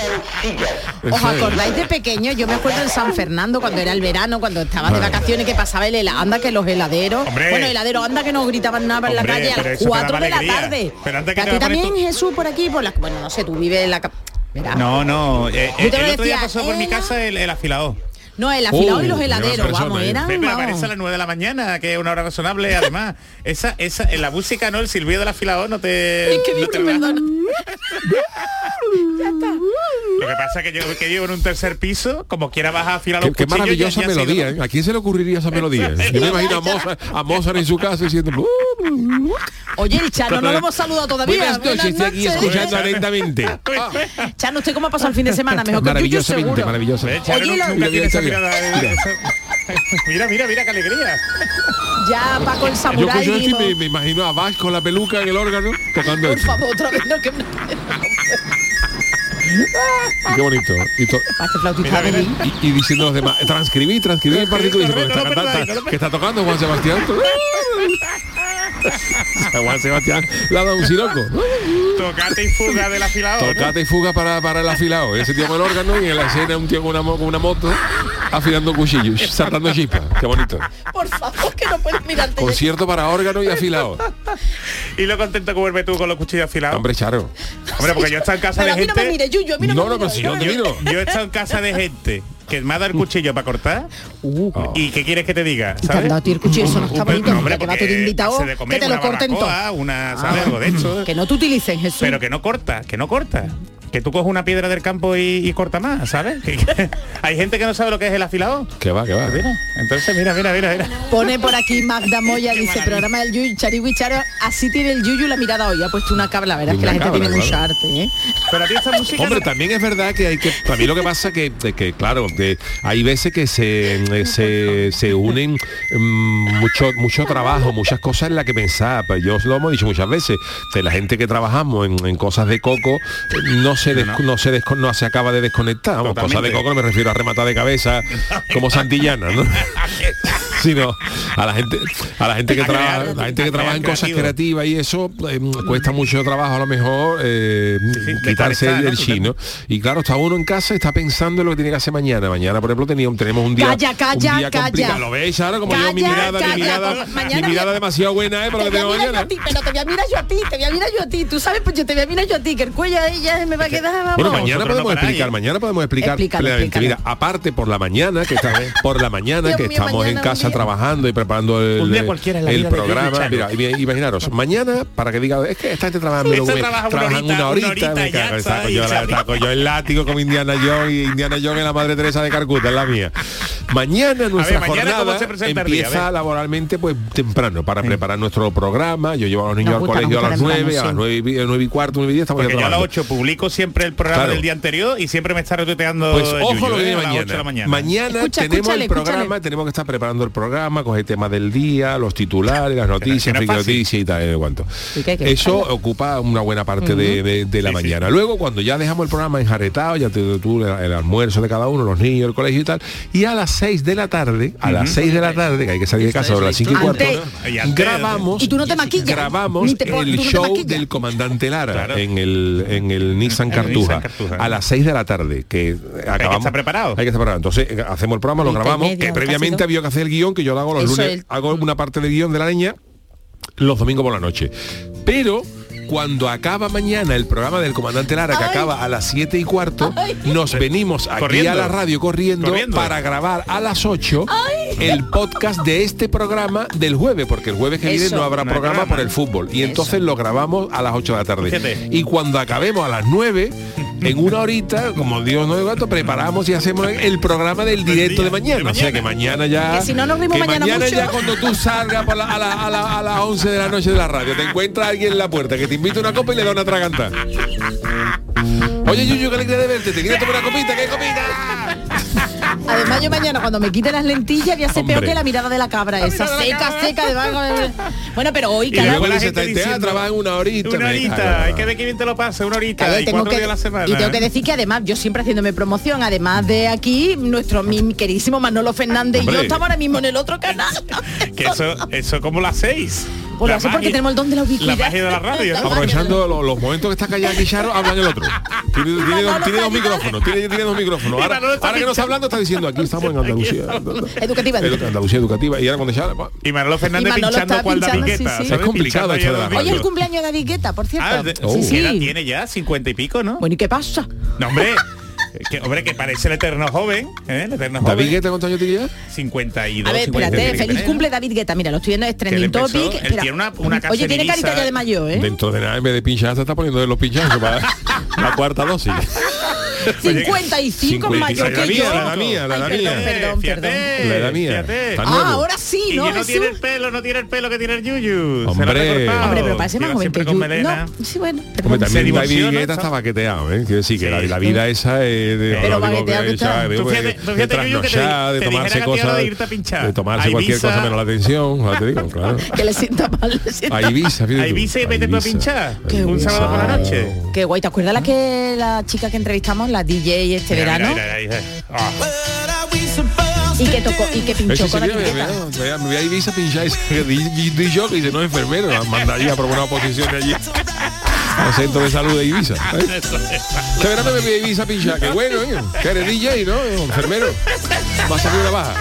Speaker 14: es.
Speaker 17: acordáis de pequeño? Yo me acuerdo en San Fernando cuando era el verano, cuando estabas de vacaciones, que pasaba el helado. Anda que los heladeros.
Speaker 18: Hombre.
Speaker 17: Bueno, heladeros, anda que no gritaban nada en la
Speaker 18: Hombre,
Speaker 17: calle a
Speaker 18: pero
Speaker 17: las
Speaker 18: eso te daba
Speaker 17: 4 de la
Speaker 18: alegría.
Speaker 17: tarde.
Speaker 18: Pero antes que
Speaker 17: a
Speaker 18: te
Speaker 17: ti
Speaker 18: la pones
Speaker 17: también, Jesús, por aquí, por las. Bueno, no sé, tú vives en la. cap- Verá.
Speaker 18: No, no. eh,
Speaker 17: Yo
Speaker 18: eh,
Speaker 17: te
Speaker 18: el
Speaker 17: lo
Speaker 18: otro día
Speaker 17: decía,
Speaker 18: pasó por mi
Speaker 17: eh,
Speaker 18: casa el, el afilador.
Speaker 17: No, el afilado y los heladeros, vamos, eran.
Speaker 18: eh. Pepe,
Speaker 17: vamos.
Speaker 18: aparece a las 9 de la mañana, que es una hora razonable, además. esa, esa, en la música, ¿no? El silbido del afilador no te. no te relaja. Lo que pasa es que yo que llevo en un tercer piso, como quiera vas a afilar
Speaker 14: Qué,
Speaker 18: los
Speaker 14: qué
Speaker 18: cuchillos,
Speaker 14: maravillosa
Speaker 18: pues ya- ya ha sido-
Speaker 14: melodía. ¿eh? ¿A quién se le ocurriría esa melodía? Yo me imagino a Mozart, a Mozart en su casa diciendo... "Uh,
Speaker 17: Oye, el Chano, no lo hemos saludado todavía.
Speaker 14: Buenas noches, estoy aquí
Speaker 17: noches. Ah.
Speaker 14: escuchando atentamente.
Speaker 17: Chano, ¿usted cómo ha pasado el fin de semana? Mejor que el Yuyu,
Speaker 14: Maravillosamente,
Speaker 17: seguro.
Speaker 14: maravillosa.
Speaker 17: Eh, Charo, Oye, nunca lo- tiene
Speaker 18: esa mirada de- Mira, mira, mira, qué alegría.
Speaker 17: Ya Paco el
Speaker 14: Yo
Speaker 17: Samurai
Speaker 14: escucho esto y
Speaker 17: dijo,
Speaker 14: me, me imagino a Bach con la peluca en el órgano tocando
Speaker 17: por
Speaker 14: esto.
Speaker 17: favor, otra vez no que me... Ah,
Speaker 14: Y Qué bonito. Y, to-
Speaker 17: flautista
Speaker 14: Mira, mira. Y- y diciendo a los demás, transcribí, transcribí el partido. Dice, "Porque esta cantata que está tocando Juan Sebastián. Juan Sebastián la da un siroco.
Speaker 18: Tocate y fuga del afilador. ¿no?
Speaker 14: Tocata y fuga para, para el afilado. Ese tío con el órgano y en la escena un tío con una, mo- con una moto afilando cuchillos, saltando chispas. Qué bonito.
Speaker 17: Por favor, que no puedes mirarte.
Speaker 14: Concierto para órgano y afilado.
Speaker 18: Y lo contento que vuelve tú con los cuchillos afilados.
Speaker 14: Hombre, Charo.
Speaker 18: Hombre, porque yo he estado en casa
Speaker 17: Pero a
Speaker 18: de
Speaker 17: mí no
Speaker 18: gente.
Speaker 17: me mire, Yuyu, a mí no, me mire.
Speaker 18: Yo he estado en casa de gente que me ha dado el cuchillo para cortar.
Speaker 14: Uh.
Speaker 18: ¿Y qué quieres que te diga?
Speaker 17: Y te han
Speaker 18: ¿sabes?
Speaker 17: dado a ti el cuchillo, eso no está
Speaker 18: Pero,
Speaker 17: bonito.
Speaker 18: hombre,
Speaker 17: mira, que va
Speaker 18: porque
Speaker 17: todo invitado,
Speaker 18: se de comer
Speaker 17: que te lo
Speaker 18: una
Speaker 17: corten todo.
Speaker 18: barbacoa, una, ¿sabes? Algo de ¿eh? eso.
Speaker 17: Que no te utilicen, Jesús.
Speaker 18: Pero que no corta, que no corta. Que tú coges una piedra del campo y, y corta más, ¿sabes? Que- que- hay gente que no sabe lo que es el afilador.
Speaker 14: Que va, que va.
Speaker 18: Entonces, mira, mira, mira, mira.
Speaker 17: Pone por aquí Magda Moya, dice, programa del Yuyu, Chariwi Charo, así tiene el Yuyu la mirada hoy. Ha puesto una cabra, la verdad es que la
Speaker 14: Una
Speaker 17: gente
Speaker 14: cabra,
Speaker 17: tiene mucho
Speaker 14: claro.
Speaker 17: arte, ¿eh?
Speaker 18: Pero a ti esta música...
Speaker 14: Hombre, también es verdad que hay que. También lo que pasa que, de que claro, de- hay veces que se, eh, se, se unen mm, mucho, mucho trabajo, muchas cosas en las que pensar. Pues yo os lo hemos dicho muchas veces. De la gente que trabajamos en, en cosas de coco, eh, no se des- no, se desco- no se acaba de desconectar. Vamos, cosas de
Speaker 18: Totalmente.
Speaker 14: coco no me refiero a rematar de cabeza como Santillana, ¿no? sino a la gente a la gente que
Speaker 18: A crear,
Speaker 14: trabaja la gente que
Speaker 18: a crear
Speaker 14: trabaja en cosas
Speaker 18: creativo.
Speaker 14: creativas y eso eh, cuesta mucho trabajo a lo mejor eh, quitarse
Speaker 18: desconectar,
Speaker 14: el,
Speaker 18: ¿no?
Speaker 14: el chino y claro está uno en casa y está pensando en lo que tiene que hacer mañana mañana por ejemplo teníamos tenemos un día
Speaker 17: Calla, calla,
Speaker 14: un día
Speaker 17: calla.
Speaker 14: complicado. lo ves ahora como yo mi
Speaker 17: Calla,
Speaker 14: mirada
Speaker 17: calla.
Speaker 14: mi mirada
Speaker 17: Mañana
Speaker 14: mi mirada
Speaker 17: voy a-
Speaker 14: demasiado buena eh, para lo
Speaker 17: Te
Speaker 14: que
Speaker 17: voy a
Speaker 14: tengo
Speaker 17: mirar yo
Speaker 14: mañana
Speaker 17: a ti, pero te voy a mirar yo a ti, te voy a mirar yo a ti. Tú sabes, pues yo te voy a mirar yo a ti, que el cuello de ella me va a quedar... Vamos.
Speaker 14: Bueno, mañana podemos explicar, mañana podemos explicar
Speaker 17: Explícalo,
Speaker 14: plenamente.
Speaker 17: explícalo.
Speaker 14: Mira, aparte por la mañana, que está, por la mañana
Speaker 17: Dios
Speaker 14: que
Speaker 17: mío,
Speaker 14: estamos
Speaker 17: mañana
Speaker 14: en
Speaker 17: un
Speaker 14: casa
Speaker 17: día.
Speaker 14: trabajando y preparando el,
Speaker 18: Un día cualquiera en la
Speaker 14: el
Speaker 18: vida de Jordi
Speaker 14: programa. Mira,
Speaker 18: Chano.
Speaker 14: i- imaginaros, mañana, para que diga, es que esta gente trabaja, menos
Speaker 18: Esta
Speaker 14: una-
Speaker 18: Este trabaja una
Speaker 14: trabajan
Speaker 18: horita,
Speaker 14: una
Speaker 18: una
Speaker 14: horita,
Speaker 18: horita
Speaker 14: me
Speaker 18: ya,
Speaker 14: cago, está
Speaker 18: ¿sabes?
Speaker 14: con yo, la- está con yo el látigo como Indiana Jones y Indiana Jones en la madre Teresa de Carcuta, es la mía. Mañana nuestra
Speaker 18: mañana ¿cómo
Speaker 14: jornada
Speaker 18: se presenta el día? A ver.
Speaker 14: empieza laboralmente pues temprano para preparar nuestro programa. Yo llevo a los niños
Speaker 18: Nos
Speaker 14: al
Speaker 18: gusta,
Speaker 14: colegio
Speaker 18: nos
Speaker 14: a las
Speaker 18: gusta temprano,
Speaker 14: 9, a
Speaker 18: sí.
Speaker 14: las 9 y cuarto, 9 y 10 estamos ya
Speaker 18: Porque yo a las
Speaker 14: trabajando.
Speaker 18: 8 publico siempre el programa
Speaker 14: Claro.
Speaker 18: del día anterior y siempre me está retuiteando.
Speaker 14: Pues
Speaker 18: Yuyu,
Speaker 14: ojo lo que
Speaker 18: ¿eh? A las
Speaker 14: viene mañana.
Speaker 18: 8 de la mañana.
Speaker 14: mañana. tenemos el programa, tenemos que estar preparando el programa, coger temas del día, los titulares, las noticias,
Speaker 18: no es
Speaker 14: friki
Speaker 18: fácil.
Speaker 14: noticias y tal, y no sé cuánto.
Speaker 18: Y que hay que
Speaker 14: Eso
Speaker 18: buscarlo.
Speaker 14: ocupa una buena parte de,
Speaker 18: Ujú.
Speaker 14: de- de la
Speaker 18: Sí, sí.
Speaker 14: mañana. Luego, cuando ya dejamos el programa enjaretado, ya te tú el, el almuerzo de cada uno, los niños, el colegio y tal, y a las 6 de la tarde, a las 6 de la tarde, que hay que salir de casa a las 5 y cuarto,
Speaker 17: Antes.
Speaker 14: ¿no? grabamos
Speaker 17: Y tú no te maquillas.
Speaker 14: grabamos
Speaker 17: Ni te pon-
Speaker 14: el
Speaker 17: tú no te
Speaker 14: show
Speaker 17: maquillas.
Speaker 14: del comandante Lara en el en el Nissan Cartuja a las 6 de la tarde que acabamos
Speaker 18: estar preparado.
Speaker 14: hay que estar preparado entonces eh, hacemos el programa lo
Speaker 18: Veinte y
Speaker 14: grabamos
Speaker 18: media,
Speaker 14: que
Speaker 18: casi
Speaker 14: previamente
Speaker 18: dos.
Speaker 14: había que hacer el guión que yo lo hago los
Speaker 18: Eso
Speaker 14: lunes
Speaker 18: es.
Speaker 14: hago una parte del guión de la niña los domingos por la noche pero cuando acaba mañana el programa del comandante Lara, que acaba a las 7 y cuarto, nos venimos aquí
Speaker 18: Corriendo.
Speaker 14: a la radio corriendo,
Speaker 18: Corriendo.
Speaker 14: para grabar a las 8 el podcast de este programa del jueves, porque el jueves que viene
Speaker 18: Eso.
Speaker 14: no habrá
Speaker 18: No hay
Speaker 14: programa
Speaker 18: programa.
Speaker 14: por el fútbol. Y entonces lo grabamos a las 8 de la tarde.
Speaker 18: Fíjate.
Speaker 14: Y cuando acabemos a las 9, en una horita, como Dios no de gato, preparamos y hacemos el programa del directo de mañana. O sea que mañana ya.
Speaker 17: Que si no nos rimos
Speaker 14: que
Speaker 17: mañana mucho.
Speaker 14: ya cuando tú salgas por la- a, la- a la- a las 11 de la noche de la radio, te encuentra alguien en la puerta que te invita a una copa y le da una traganta. Oye, Yuyu, qué alegría de verte, te quería tomar una copita, ¿qué copita?
Speaker 17: Además yo mañana cuando me quite las lentillas voy a ser peor
Speaker 14: Hombre.
Speaker 17: que la mirada de la cabra esa,
Speaker 14: mirada de la
Speaker 17: seca, seca de Bueno, pero hoy
Speaker 14: Y
Speaker 17: cada
Speaker 14: luego dice, "Te- te va a trabajar una horita.
Speaker 18: Una
Speaker 14: me
Speaker 18: horita,
Speaker 14: cago".
Speaker 18: hay que ver qué bien te lo pasa, una horita
Speaker 17: Claro,
Speaker 18: y
Speaker 17: tengo
Speaker 18: cuatro
Speaker 17: que-
Speaker 18: días a la semana. ¿eh?
Speaker 17: y
Speaker 14: ¿eh?
Speaker 17: tengo que decir que además, yo siempre haciéndome promoción, además de aquí, nuestro mi queridísimo Manolo Fernández y yo
Speaker 18: Hombre.
Speaker 17: estamos ahora mismo en el otro canal.
Speaker 18: Que eso, eso como las seis.
Speaker 17: Pues lo
Speaker 18: La
Speaker 17: sé porque
Speaker 18: magia-
Speaker 17: tenemos el don de la ubicuidad.
Speaker 18: La magia de la radio.
Speaker 14: Aprovechando lo- los momentos que está callado aquí Charo, hablan el otro. Tiene, tiene dos, tiene dos micrófonos, tiene, tiene dos micrófonos. Ahora,
Speaker 18: Manolo está
Speaker 14: ahora que no está hablando está diciendo aquí estamos en Andalucía.
Speaker 17: Educativa.
Speaker 14: Edu- Andalucía educativa. Y ahora cuando Charo.
Speaker 18: Y Manolo
Speaker 17: Fernández Y Manolo pinchando está cual pinchando, David Guetta, sí, sí.
Speaker 14: Es
Speaker 18: ¿sabes?
Speaker 14: complicado
Speaker 18: Pinchando
Speaker 14: eh. esto
Speaker 18: ya
Speaker 14: de la
Speaker 18: David
Speaker 17: Hoy es el
Speaker 14: radio.
Speaker 17: cumpleaños de Adigueta, por cierto.
Speaker 18: Ah, de-
Speaker 17: Sí,
Speaker 18: ¿Qué edad
Speaker 17: sí.
Speaker 18: tiene ya? ¿Cincuenta y pico, no?
Speaker 17: Bueno, ¿y qué pasa?
Speaker 18: No, hombre. Que, hombre, que parece el eterno joven. ¿eh? El eterno
Speaker 14: ¿David
Speaker 18: joven.
Speaker 14: Guetta cuántos años tiene ya?
Speaker 18: 52.
Speaker 17: A ver, espérate,
Speaker 18: 53.
Speaker 17: feliz cumple David Guetta. Mira, lo estoy viendo, es trending
Speaker 14: empezó,
Speaker 17: topic.
Speaker 14: él
Speaker 17: Espera.
Speaker 14: tiene una- una
Speaker 17: Oye, tiene
Speaker 14: caceriliza-
Speaker 17: carita ya de mayor, ¿eh?
Speaker 14: Dentro de nada, en vez de pinchar, se está poniendo de los pinchazos para la cuarta dosis.
Speaker 17: 55 es mayor
Speaker 14: La
Speaker 17: que yo.
Speaker 14: mía, la mía, la
Speaker 17: Ay,
Speaker 14: mía.
Speaker 17: perdón, perdón, perdón.
Speaker 14: La edad mía. Está nuevo.
Speaker 17: Ah, ahora sí,
Speaker 18: Y
Speaker 17: ¿no,
Speaker 18: ya no tiene
Speaker 17: Jesús?
Speaker 18: el pelo, no tiene el pelo que tiene el Yuyu. Se lo ha
Speaker 14: Hombre.
Speaker 18: recortado.
Speaker 17: Hombre, pero parece más
Speaker 18: Lleva
Speaker 17: joven que
Speaker 18: siempre
Speaker 17: yo.
Speaker 18: con melena.
Speaker 17: No, sí, bueno.
Speaker 14: Hombre,
Speaker 18: Se
Speaker 14: también
Speaker 18: divorció,
Speaker 14: David
Speaker 18: ¿no?
Speaker 14: Guetta está baqueteado, ¿eh? Quiero decir que la, la vida esa es de,
Speaker 18: Pero
Speaker 14: no digo
Speaker 18: baqueteado
Speaker 14: que
Speaker 18: que
Speaker 14: esa,
Speaker 18: está.
Speaker 14: de,
Speaker 18: Tú
Speaker 14: de-
Speaker 18: fíjate-
Speaker 14: de
Speaker 18: tú fíjate, Yuyu, que te
Speaker 14: trasnochar, de
Speaker 18: di- te
Speaker 14: tomarse
Speaker 18: dijera que a ti ahora
Speaker 14: cosas,
Speaker 18: de irte a pinchar.
Speaker 14: de tomarse
Speaker 18: A
Speaker 14: cualquier
Speaker 18: Ibiza.
Speaker 14: cosa menos la atención, ahora te digo, claro.
Speaker 17: Que le sienta mal, le sienta
Speaker 14: A Ibiza,
Speaker 17: mal.
Speaker 14: fíjate tú.
Speaker 18: Ibiza y vete tú a pinchar.
Speaker 17: Qué
Speaker 18: Un
Speaker 17: guay.
Speaker 18: sábado por la noche.
Speaker 17: Qué guay, ¿te acuerdas la que la chica que entrevistamos, la DJ este
Speaker 18: Mm. Mira,
Speaker 17: verano?
Speaker 18: mira, mira, mira. Ah.
Speaker 17: Y que tocó, y que pinchó
Speaker 14: Ese
Speaker 17: con la
Speaker 14: sería, me,
Speaker 17: quinqueta.
Speaker 14: me- me- me voy a Ibiza a pinchar y se- y y yo que dice, no es enfermero, la mandaría por una oposición de allí. Al centro de salud de Ibiza. ¿eh? Este verano me voy a Ibiza a pinchar, que bueno, ¿eh? Que eres DJ, ¿no? Enfermero. Va a salir una baja.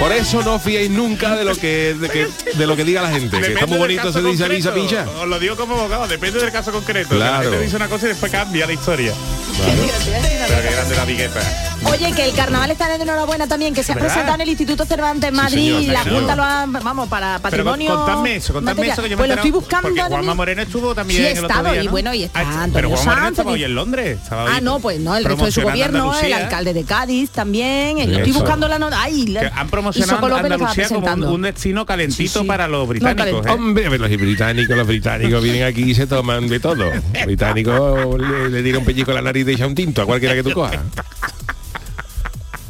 Speaker 14: Por eso no fiéis nunca de lo que, de que- de lo que diga la gente. Que está
Speaker 18: Depende
Speaker 14: muy
Speaker 18: del
Speaker 14: bonito
Speaker 18: caso
Speaker 14: se dice a Ibiza a
Speaker 18: concreto.
Speaker 14: pinchar.
Speaker 18: Os lo digo como abogado, depende del caso concreto. Que La
Speaker 14: Claro.
Speaker 18: gente dice una cosa y después cambia la historia. Pero qué grande la vigueta.
Speaker 17: Oye, que el carnaval está de enhorabuena también, que se ha
Speaker 18: ¿Verdad?
Speaker 17: presentado en el Instituto Cervantes en
Speaker 18: Sí,
Speaker 17: Madrid,
Speaker 18: señor,
Speaker 17: la
Speaker 18: claro.
Speaker 17: Junta lo ha, vamos, para
Speaker 18: Pero
Speaker 17: patrimonio.
Speaker 18: contadme eso, contadme
Speaker 17: material.
Speaker 18: eso que yo me
Speaker 17: Pues lo
Speaker 18: he
Speaker 17: estoy
Speaker 18: enterado,
Speaker 17: buscando.
Speaker 18: Porque
Speaker 17: ahora
Speaker 18: Juanma
Speaker 17: mismo.
Speaker 18: Moreno estuvo también
Speaker 17: Sí,
Speaker 18: el otro
Speaker 17: estaba,
Speaker 18: día,
Speaker 17: y
Speaker 18: ¿no?
Speaker 17: bueno, y está
Speaker 18: Ah, Pero
Speaker 17: Antonio
Speaker 18: Juanma Moreno
Speaker 17: Sanz,
Speaker 18: estaba hoy
Speaker 17: que-
Speaker 18: en Londres. estaba hoy
Speaker 17: Ah, no, pues no, el resto de su
Speaker 18: promocionando
Speaker 17: gobierno, el
Speaker 18: Andalucía.
Speaker 17: alcalde de Cádiz también.
Speaker 18: Sí,
Speaker 17: Yo estoy
Speaker 18: eso.
Speaker 17: buscando la nota. Ay, la-
Speaker 18: Que han
Speaker 17: y Soco
Speaker 18: promocionado
Speaker 17: López lo estaba
Speaker 18: Andalucía como un,
Speaker 17: presentando.
Speaker 18: un destino calentito para los británicos.
Speaker 17: calentito.
Speaker 18: ¿eh?
Speaker 14: Hombre, pero los británicos, los británicos vienen aquí y se toman de todo. Los británicos le, le tiran un pellico a la nariz y te echa un tinto a cualquiera que tú cojas.